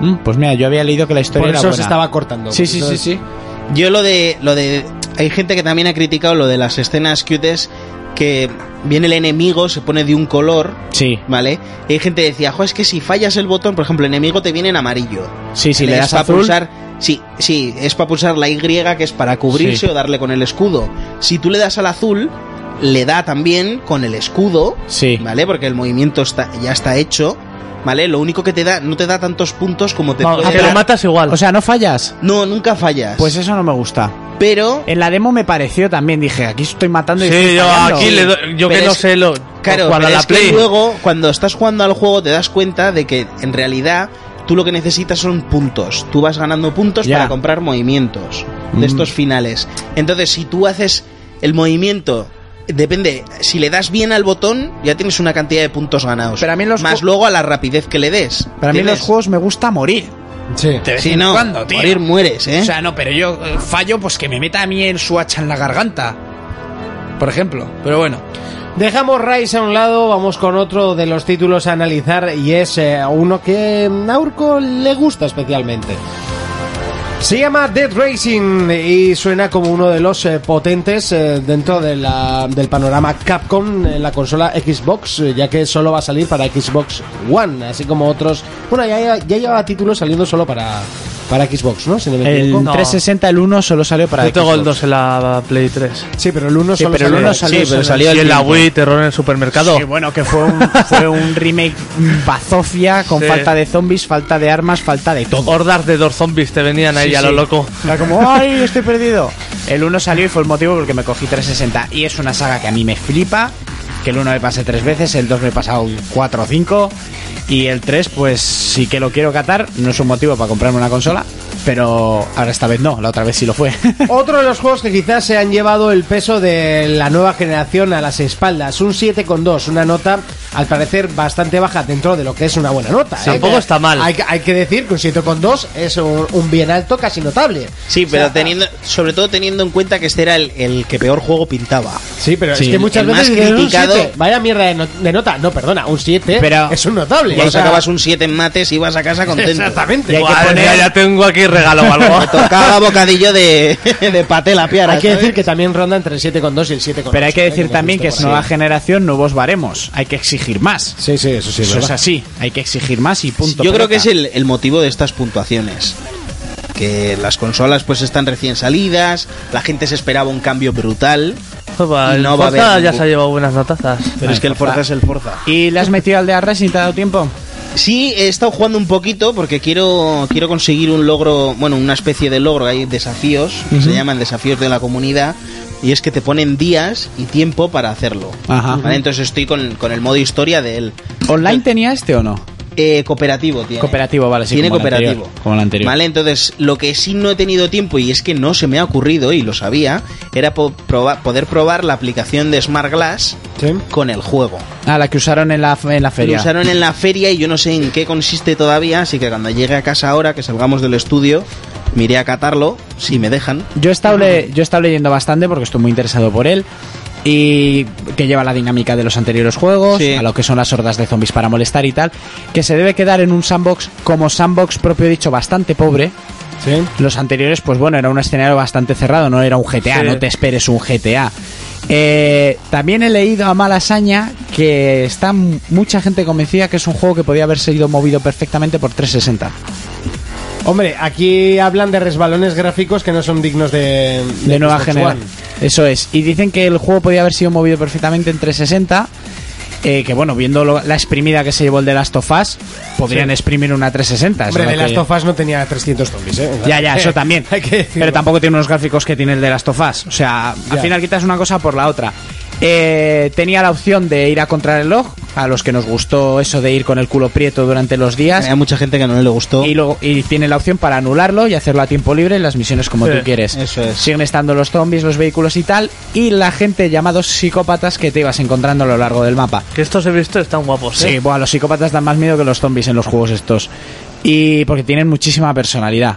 D: Mm, Pues mira, yo había leído que la historia
B: Por
D: era
B: eso se
D: buena.
B: estaba cortando.
D: Sí, sí, sí,
B: Entonces,
D: sí.
E: Yo lo de, lo de. Hay gente que también ha criticado lo de las escenas cutes que viene el enemigo, se pone de un color,
D: Sí,
E: ¿vale? Y hay gente que decía, jo, es que si fallas el botón, por ejemplo, el enemigo te viene en amarillo.
D: sí, sí,
E: Es
D: le das
E: pa'
D: azul.
E: pulsar- sí, sí, es para pulsar la Y, que es para cubrirse
D: Sí.
E: o darle con el escudo. Si tú le das al azul, le da también con el escudo,
D: Sí.
E: ¿vale? Porque el movimiento está, ya está hecho, ¿vale? Lo único que te da, no te da tantos puntos como te
F: Vamos,
E: puede
F: que lo
E: dar-
F: ah, matas igual.
D: O sea, no fallas.
E: No, nunca fallas.
D: Pues eso no me gusta.
E: pero
D: En la demo me pareció también, dije, aquí estoy matando y
F: sí,
D: estoy
F: yo
D: fallando.
F: aquí le doy, yo
E: Pero
F: que no
E: es-
F: sé lo
E: Claro,
F: cuando
E: pero
F: la
E: es que
F: play.
E: luego cuando estás jugando al juego te das cuenta de que en realidad tú lo que necesitas son puntos. Tú vas ganando puntos
D: Ya. Mm.
E: para comprar movimientos de estos finales. Entonces, si tú haces el movimiento, depende, si le das bien al botón, ya tienes una cantidad de puntos ganados.
D: Pero a mí los
E: Más
D: ju-
E: luego a la rapidez que le des.
D: Para mí los
E: ¿entiendes?
D: juegos me gusta morir.
B: sí.
D: De vez
E: Sí,
D: en
E: no,
D: cuando, tío.
E: morir mueres, ¿eh?
D: O sea, no, pero yo eh, fallo pues que me meta a mí en su hacha en la garganta. Por ejemplo. Pero bueno.
B: Dejamos Rise a un lado, vamos con otro de los títulos a analizar y es eh, uno que a Urco le gusta especialmente. Se llama Dead Racing y suena como uno de los eh, potentes eh, dentro de la- del panorama Capcom en la consola Xbox, eh, ya que solo va a salir para Xbox One, así como otros. Bueno, ya, ya llevaba títulos saliendo solo para, para Xbox, ¿no? Si no me
D: El
B: equivoco.
D: 360, el 1 solo salió para
F: Yo tengo el
D: Xbox.
F: 2 en la Play 3.
B: Sí, pero el 1
D: Sí,
B: solo
D: pero el
B: salió-
D: uno salió-
B: sí, pero salió
D: salió-
F: y
B: el
F: en la
B: tiempo.
F: Wii, terror en el supermercado.
D: Sí, bueno, que fue un, fue un remake bazofia con
F: Sí.
D: falta de zombies, falta de armas, falta de todo.
F: Hordas de dos zombies te venían ahí
D: Sí,
F: a lo
D: sí.
F: loco.
D: Era como, ¡ay, estoy perdido! El 1 salió y fue el motivo por el que me cogí 360. Y es una saga que a mí me flipa. Que el 1 me pasé tres veces, el 2 me he pasado 4 o 5. Y el 3, pues sí que lo quiero catar. No es un motivo para comprarme una consola. Pero ahora esta vez no, la otra vez sí lo fue.
B: Otro de los juegos que quizás se han llevado el peso de la nueva generación a las espaldas, un 7,2, una nota al parecer bastante baja dentro de lo que es una buena nota. ¿eh?
F: Tampoco
B: Que
F: está mal.
B: Hay, que- hay que decir que un 7,2 es un, un bien alto casi notable.
E: Sí, pero
B: O sea,
E: teniendo, sobre todo teniendo en cuenta que este era el, el que peor juego pintaba.
B: Sí, pero
D: Sí,
B: es que muchas
E: el más
B: veces dices, "Un
E: criticado-
B: 7, vaya mierda de, no- de nota. No, perdona, un 7
D: Pero-
B: es un notable.
E: Cuando
B: O sea,
E: sacabas un 7 en mates ibas a casa contento.
B: Exactamente.
D: Y hay que
F: Madre
D: poner-
F: mía, ya tengo aquí regalo o algo.
E: Me tocaba bocadillo de, de paté la piara.
B: Hay que
E: ¿sabes?
B: decir que también ronda entre el 7,2 y el 7,8.
D: Pero hay que
B: ¿eh?
D: decir
B: me
D: también que
B: gusta
D: es
B: por ahí.
D: nueva generación, nuevos baremos. Hay que exigir más.
B: Sí, sí, eso sí. es
D: Eso es
B: verdad.
D: así. Hay que exigir más y punto.
E: Yo creo
D: pelota.
E: que es el, el motivo de estas puntuaciones. Que las consolas pues están recién salidas, la gente se esperaba un cambio brutal,
F: Opa,
E: Y
F: el
E: no va a
F: Forza
E: haber
F: ya
E: ningún-
F: se ha llevado buenas notazas.
E: pero es que el Forza es el Forza.
D: ¿Y le has metido al de Arres y te ha dado tiempo?
E: Sí, he estado jugando un poquito porque quiero, quiero conseguir un logro, bueno, una especie de logro, hay desafíos, que se llaman desafíos de la comunidad, y es que te ponen días y tiempo para hacerlo.
D: Ajá.
E: Vale, entonces estoy con, con el modo historia del
D: ¿Online tenía este o no?
E: eh, cooperativo. Tiene.
D: Cooperativo, vale, sí.
E: tiene
D: como el
E: cooperativo.
D: anterior, como el anterior.
E: Vale, entonces lo que sí no he tenido tiempo y es que no se me ha ocurrido y lo sabía, era po- proba- poder probar la aplicación de Smart Glass
B: Sí.
E: con el juego.
D: Ah, la que usaron en la, en la feria.
E: Lo usaron en la feria y yo no sé en qué consiste todavía, así que cuando llegue a casa ahora, que salgamos del estudio, me iré a catarlo, si me dejan.
D: Yo he, estado le- yo he estado leyendo bastante porque estoy muy interesado por él. y que lleva la dinámica de los anteriores juegos,
E: Sí.
D: a lo que son las hordas de zombies para molestar y tal, que se debe quedar en un sandbox como sandbox propio dicho bastante pobre.
B: Sí.
D: Los anteriores, pues bueno, era un escenario bastante cerrado, no era un GTA,
F: Sí.
D: no te esperes un GTA. Eh, también he leído a Malasaña que está m- mucha gente convencida que es un juego que podía haber sido movido perfectamente por 360.
B: Hombre, aquí hablan de resbalones gráficos que no son dignos de,
D: de, nueva
B: Xbox
D: generación.
B: One.
D: Eso es. Y dicen que el juego podía haber sido movido perfectamente en 360. eh, que bueno, viendo lo- la exprimida que se llevó el de Last of Us, podrían exprimir una 360.
B: Hombre,
D: eso
B: de
D: es lo
B: Last
D: que-
B: of Us no tenía 300 zombies, ¿eh?
D: Ya, ya, eso también.
B: Hay que decirlo.
D: Pero tampoco tiene unos gráficos que tiene el de Last of Us. O sea,
B: Ya.
D: al final quitas una cosa por la otra. Eh, tenía la opción de ir a contrarreloj, a los que nos gustó eso de ir con el culo prieto durante los días.
E: Hay mucha gente que no le gustó.
D: Y, luego, y tiene la opción para anularlo y hacerlo a tiempo libre en las misiones como
F: Sí,
D: tú quieres.
E: eso es.
D: Siguen estando los zombies, los vehículos y tal. Y la gente llamados psicópatas que te ibas encontrando a lo largo del mapa.
F: Que estos he visto están guapos,
D: Sí,
F: ¿eh?
D: bueno, los psicópatas dan más miedo que los zombies en los juegos estos. Y porque tienen muchísima personalidad.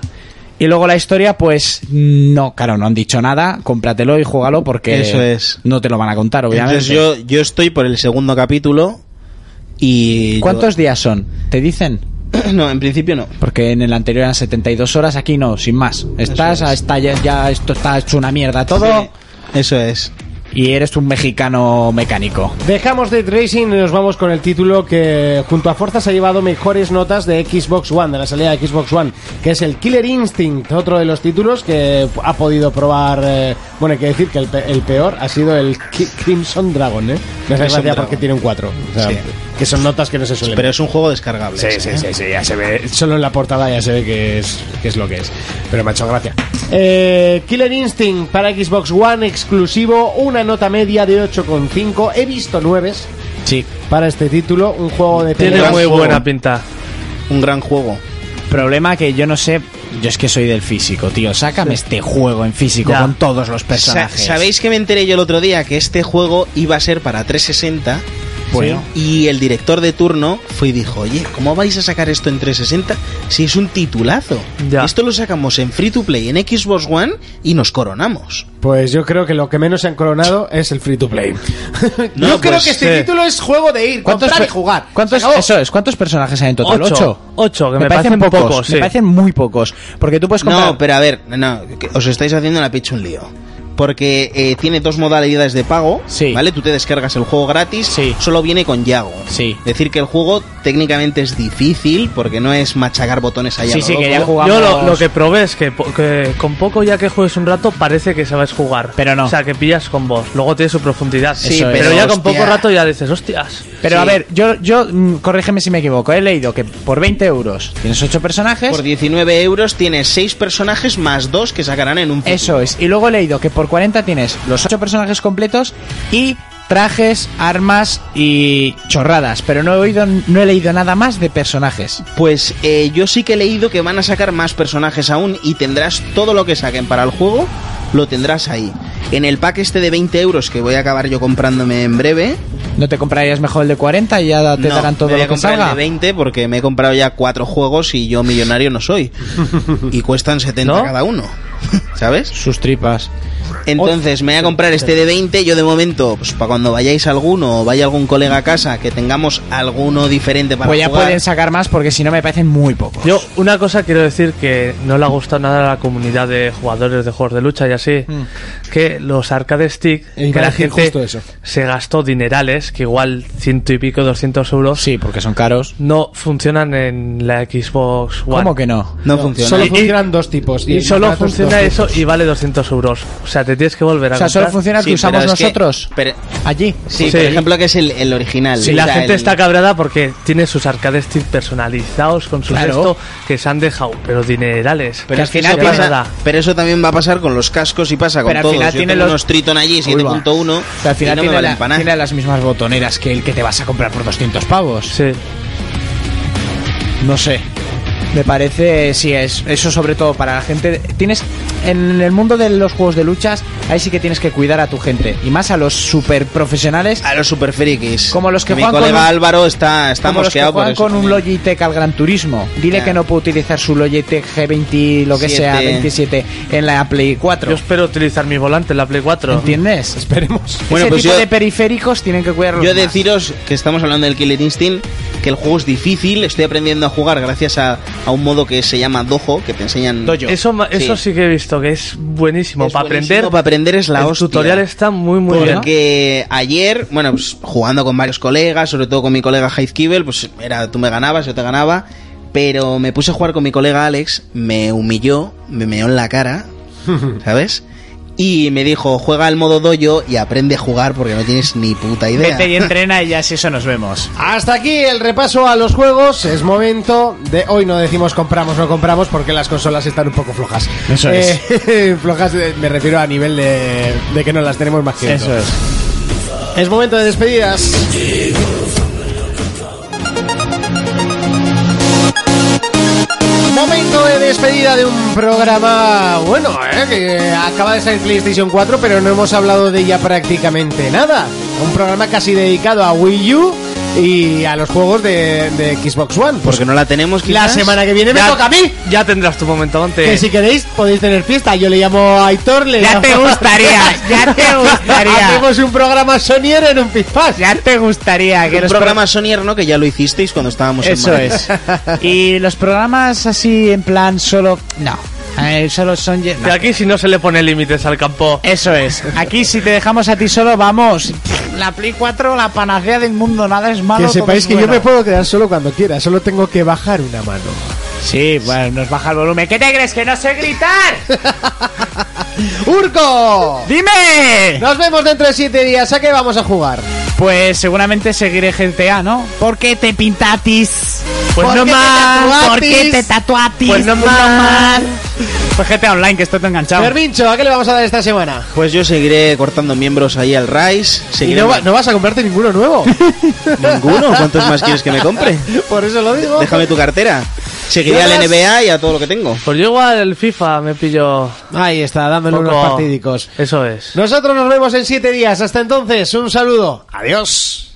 D: Y luego la historia, pues no, claro, no han dicho nada. Cómpratelo y juégalo porque
E: Eso es.
D: no te lo van a contar, obviamente.
E: Entonces yo, yo estoy por el segundo capítulo y...
D: ¿Cuántos días son? ¿Te dicen?
E: yo- no, en principio no.
D: Porque en el anterior eran 72 horas, aquí no, sin más. Estás,
E: Eso es.
D: está ya, ya esto está hecho una mierda todo
E: Sí, Eso es.
D: y eres un mexicano mecánico.
B: Dejamos de Racing y nos vamos con el título que junto a Forza se ha llevado mejores notas de Xbox One, de la salida de Xbox One, que es el Killer Instinct, otro de los títulos que ha podido probar, eh, bueno, hay que decir que el, pe- el peor ha sido el Ki- Crimson Dragon, ¿eh? Me hace
E: Crimson
B: gracia
E: Dragon.
B: porque tiene un 4, o sea,
E: Sí.
B: que son notas que no se suelen
E: Pero es un juego descargable.
B: Sí,
E: ese,
B: sí,
E: ¿eh?
B: sí, sí, ya se ve. Solo en la portada ya se ve que es, que es lo que es. Pero me ha hecho gracia. Eh, Killer Instinct para Xbox One exclusivo, una nota media de 8,5. He visto 9
D: Sí,
B: para este título, un juego de
F: Tiene
B: peleas.
F: muy
E: juego.
F: buena pinta.
E: Un gran juego.
D: Problema que yo no sé. Yo es que soy del físico, tío. Sácame este juego en físico
F: Ya.
D: con todos los
E: Sa-
D: personajes.
E: ¿Sabéis que me enteré yo el otro día que este juego iba a ser para 360?
D: Bueno.
E: Y el director de turno fue y dijo, oye, ¿cómo vais a sacar esto en 360 si es un titulazo?
F: Ya.
E: Esto lo sacamos en Free to Play, en Xbox One y nos coronamos.
B: Pues yo creo que lo que menos se han coronado es el free to play.
E: No,
B: yo creo
E: pues,
B: que este
F: sí.
B: título es juego de ir, comprar y
D: per-
B: jugar.
D: ¿cuántos,
B: Se acabó.
D: eso es, ¿Cuántos personajes hay en total?
F: Ocho.
D: ¿Ocho?
F: Ocho, que me parecen pocos,
D: Me
F: sí.
D: parecen muy pocos. Porque tú puedes comprar.
E: No, pero a ver, no, que os estáis haciendo la picha un lío. Porque eh, tiene dos modalidades de pago,
D: Sí.
E: ¿vale? Tú te descargas el juego gratis,
D: Sí.
E: solo viene con Yago.
D: Sí.
E: Decir que el juego técnicamente es difícil porque no es machacar botones allá.
D: Sí,
E: lo
D: sí, que ya
E: loco.
D: jugamos.
F: Yo lo, lo que probé es que, po- que con poco ya que juegues un rato parece que sabes jugar.
D: Pero no.
F: O sea, que pillas con vos. Luego tiene su profundidad.
E: Sí,
D: Eso es.
F: pero,
E: pero
F: ya con
E: hostia.
F: poco rato ya dices, hostias.
D: Pero a
E: Sí.
D: ver, yo, yo mm, corrígeme si me equivoco. He leído que por 20 euros tienes 8 personajes.
E: Por 19 euros tienes 6 personajes más 2 que sacarán en un futuro.
D: Eso es. Y luego he leído que por 40 tienes los 8 personajes completos y trajes, armas y chorradas. Pero no he, oído, no he leído nada más de personajes.
E: Pues eh, yo sí que he leído que van a sacar más personajes aún y tendrás todo lo que saquen para el juego, lo tendrás ahí. En el pack este de 20 euros que voy a acabar yo comprándome en breve,
D: ¿No te comprarías mejor el de 40 y ya te
E: no,
D: darán todo
E: me voy
D: lo
E: a
D: que
E: comprar
D: salga?
E: el de 20 porque me he comprado ya cuatro juegos y yo millonario no soy. y cuestan 70
F: ¿No?
E: cada uno. ¿Sabes?
D: Sus tripas.
E: Entonces me voy a comprar este de 20. Yo de momento, pues para cuando vayáis alguno o vaya algún colega a casa que tengamos alguno diferente para
D: Pues ya
E: jugar.
D: pueden sacar más porque si no me parecen muy pocos.
F: Yo una cosa quiero decir que no le ha gustado nada a la comunidad de jugadores de juegos de lucha y así, que los arcade stick,
B: Iba
F: que
B: a
F: la
B: decir
F: gente
B: justo eso.
F: se gastó dinerales, que igual ciento y pico, doscientos euros,
D: Sí, porque son caros.
F: no funcionan en la Xbox One.
D: ¿Cómo que no?
E: No funciona.
B: Solo
F: Y-
B: funcionan dos tipos.
F: Y
B: el
F: solo
B: barato es
F: funciona
B: dos
F: eso
B: tipos.
F: y vale 200 euros. O sea, te tienes que volver a
D: O sea, solo
F: comprar.
D: funciona el
E: Sí,
D: que usamos
E: pero es que-
D: nosotros.
E: pero-
D: Allí.
E: Sí,
F: Sí.
E: por ejemplo, que es el, el original.
F: Si
E: O
F: la
E: sea,
F: gente
E: el-
F: está cabreada porque tiene sus arcades stick personalizados con su
D: Claro.
F: esto que se han dejado, pero dinerales.
D: Pero al
F: Que
D: final
F: no
D: pasa-
F: pasa nada.
E: Pero eso también va a pasar con los cascos y pasa con
D: Pero al
E: todos.
D: final
E: Yo
D: tiene
E: tengo
D: los-
E: unos Triton allí,
D: Uy, va.
E: 7.1.
D: O sea, al final
E: y no me
D: tiene,
E: valen
D: la-
E: pa' nada.
D: tiene las mismas botoneras que el que te vas a comprar por 200 pavos.
F: Sí.
D: No sé. Me parece, sí, es eso sobre todo para la gente. Tienes en el mundo de los juegos de luchas, ahí sí que tienes que cuidar a tu gente y más a los super profesionales.
E: A los super frikis.
D: Como los que
E: Mi
D: juegan con
E: colega
D: un-
E: Álvaro está, está
D: como los que
E: mosqueado Ah, por
D: juegan
E: eso
D: con un
E: también.
D: Logitech al Gran Turismo. Dile
E: Ya.
D: que no puede utilizar su Logitech G20, lo que sea,
E: Siete.
D: 27 en la Play 4.
F: Yo espero utilizar mi volante en la Play 4.
D: ¿Entiendes? Esperemos.
E: Bueno,
D: Ese
E: pues
D: tipo
E: yo-
D: de periféricos tienen que cuidarlos.
E: Yo
D: más.
E: deciros que estamos hablando del Killer Instinct, que el juego es difícil, estoy aprendiendo a jugar gracias a, a un modo que se llama Dojo, que te enseñan...
D: Dojo.
F: Eso, ma- eso
E: Sí.
F: sí. que he visto, que es buenísimo.
E: Es
F: para
E: buenísimo,
F: aprender,
E: para aprender es la
F: el
E: hostia.
F: tutorial está muy, muy bien.
E: Porque ayer, bueno, pues, jugando con varios colegas, sobre todo con mi colega Heath Kibel, pues era tú me ganabas, yo te ganaba, pero me puse a jugar con mi colega Alex, me humilló, me meó en la cara, ¿sabes? Y me dijo, juega al modo dojo y aprende a jugar porque no tienes ni puta idea.
D: Vete y entrena y ya si eso nos vemos.
B: Hasta aquí el repaso a los juegos. Es momento de hoy no decimos compramos no compramos porque las consolas están un poco flojas.
D: Eso es.
B: Eh, flojas eh, me refiero a nivel de, de que no las tenemos más que
D: Eso es.
B: Es momento de despedidas. Momento de despedida de un programa bueno, eh, que acaba de salir PlayStation 4, pero no hemos hablado de ella prácticamente nada. Un programa casi dedicado a Wii U y a los juegos de, de Xbox One. Pues
E: Porque no la tenemos quizás.
B: la semana que viene me
F: Ya-
B: toca a mí.
F: Ya tendrás tu momento
B: Que
F: antes.
B: si queréis podéis tener fiesta. Yo le llamo a Aitor, le llamo-
D: gustaría, ya te
B: Hacemos un programa soniero en un pispás.
D: Ya te gustaría que
E: Un
D: los
E: programa Sonier, ¿no? Que ya lo hicisteis cuando estábamos
D: pro- Eso
E: en Madrid.
D: es. Y los programas así en plan solo. No. Eh, solo son. ye-
F: Que
D: no.
F: aquí si no se le pone límites al campo.
D: Eso es. Aquí si te dejamos a ti solo, vamos. La Play 4, la panacea del mundo, nada es malo.
B: Que
D: todo
B: sepáis
D: es
B: que yo
D: bueno.
B: me puedo quedar solo cuando quiera, solo tengo que bajar una mano.
D: Sí, bueno, nos baja el volumen. ¿Qué te crees? ¡Que no sé gritar!
B: ¡Urco!
D: ¡Dime!
B: Nos vemos dentro de siete días, ¿a qué vamos a jugar?
D: Pues seguramente seguiré GTA, ¿no? ¿Por qué te pintatis? Pues
B: ¿Por
D: no
B: qué te
D: más. ¿Por
B: tatuatis?
D: qué te tatuatis?
F: Pues no
D: más. Pues GTA Online, que estoy todo enganchado.
B: Mervincho, ¿a qué le vamos a dar esta semana?
E: Pues yo seguiré cortando miembros ahí al Rice.
B: Y
E: Seguiré
B: no, va- no vas a comprarte ninguno nuevo.
E: ninguno. ¿Cuántos más quieres que me compre?
B: Por eso lo digo.
E: Déjame tu cartera. Seguiré al
B: Yo las-
E: NBA y a todo lo que tengo.
F: Pues yo igual el FIFA me pillo.
B: Ahí está, dámelo
F: poco-
B: unos partidicos.
F: Eso es.
B: Nosotros nos vemos en siete días. Hasta entonces, un saludo. Adiós.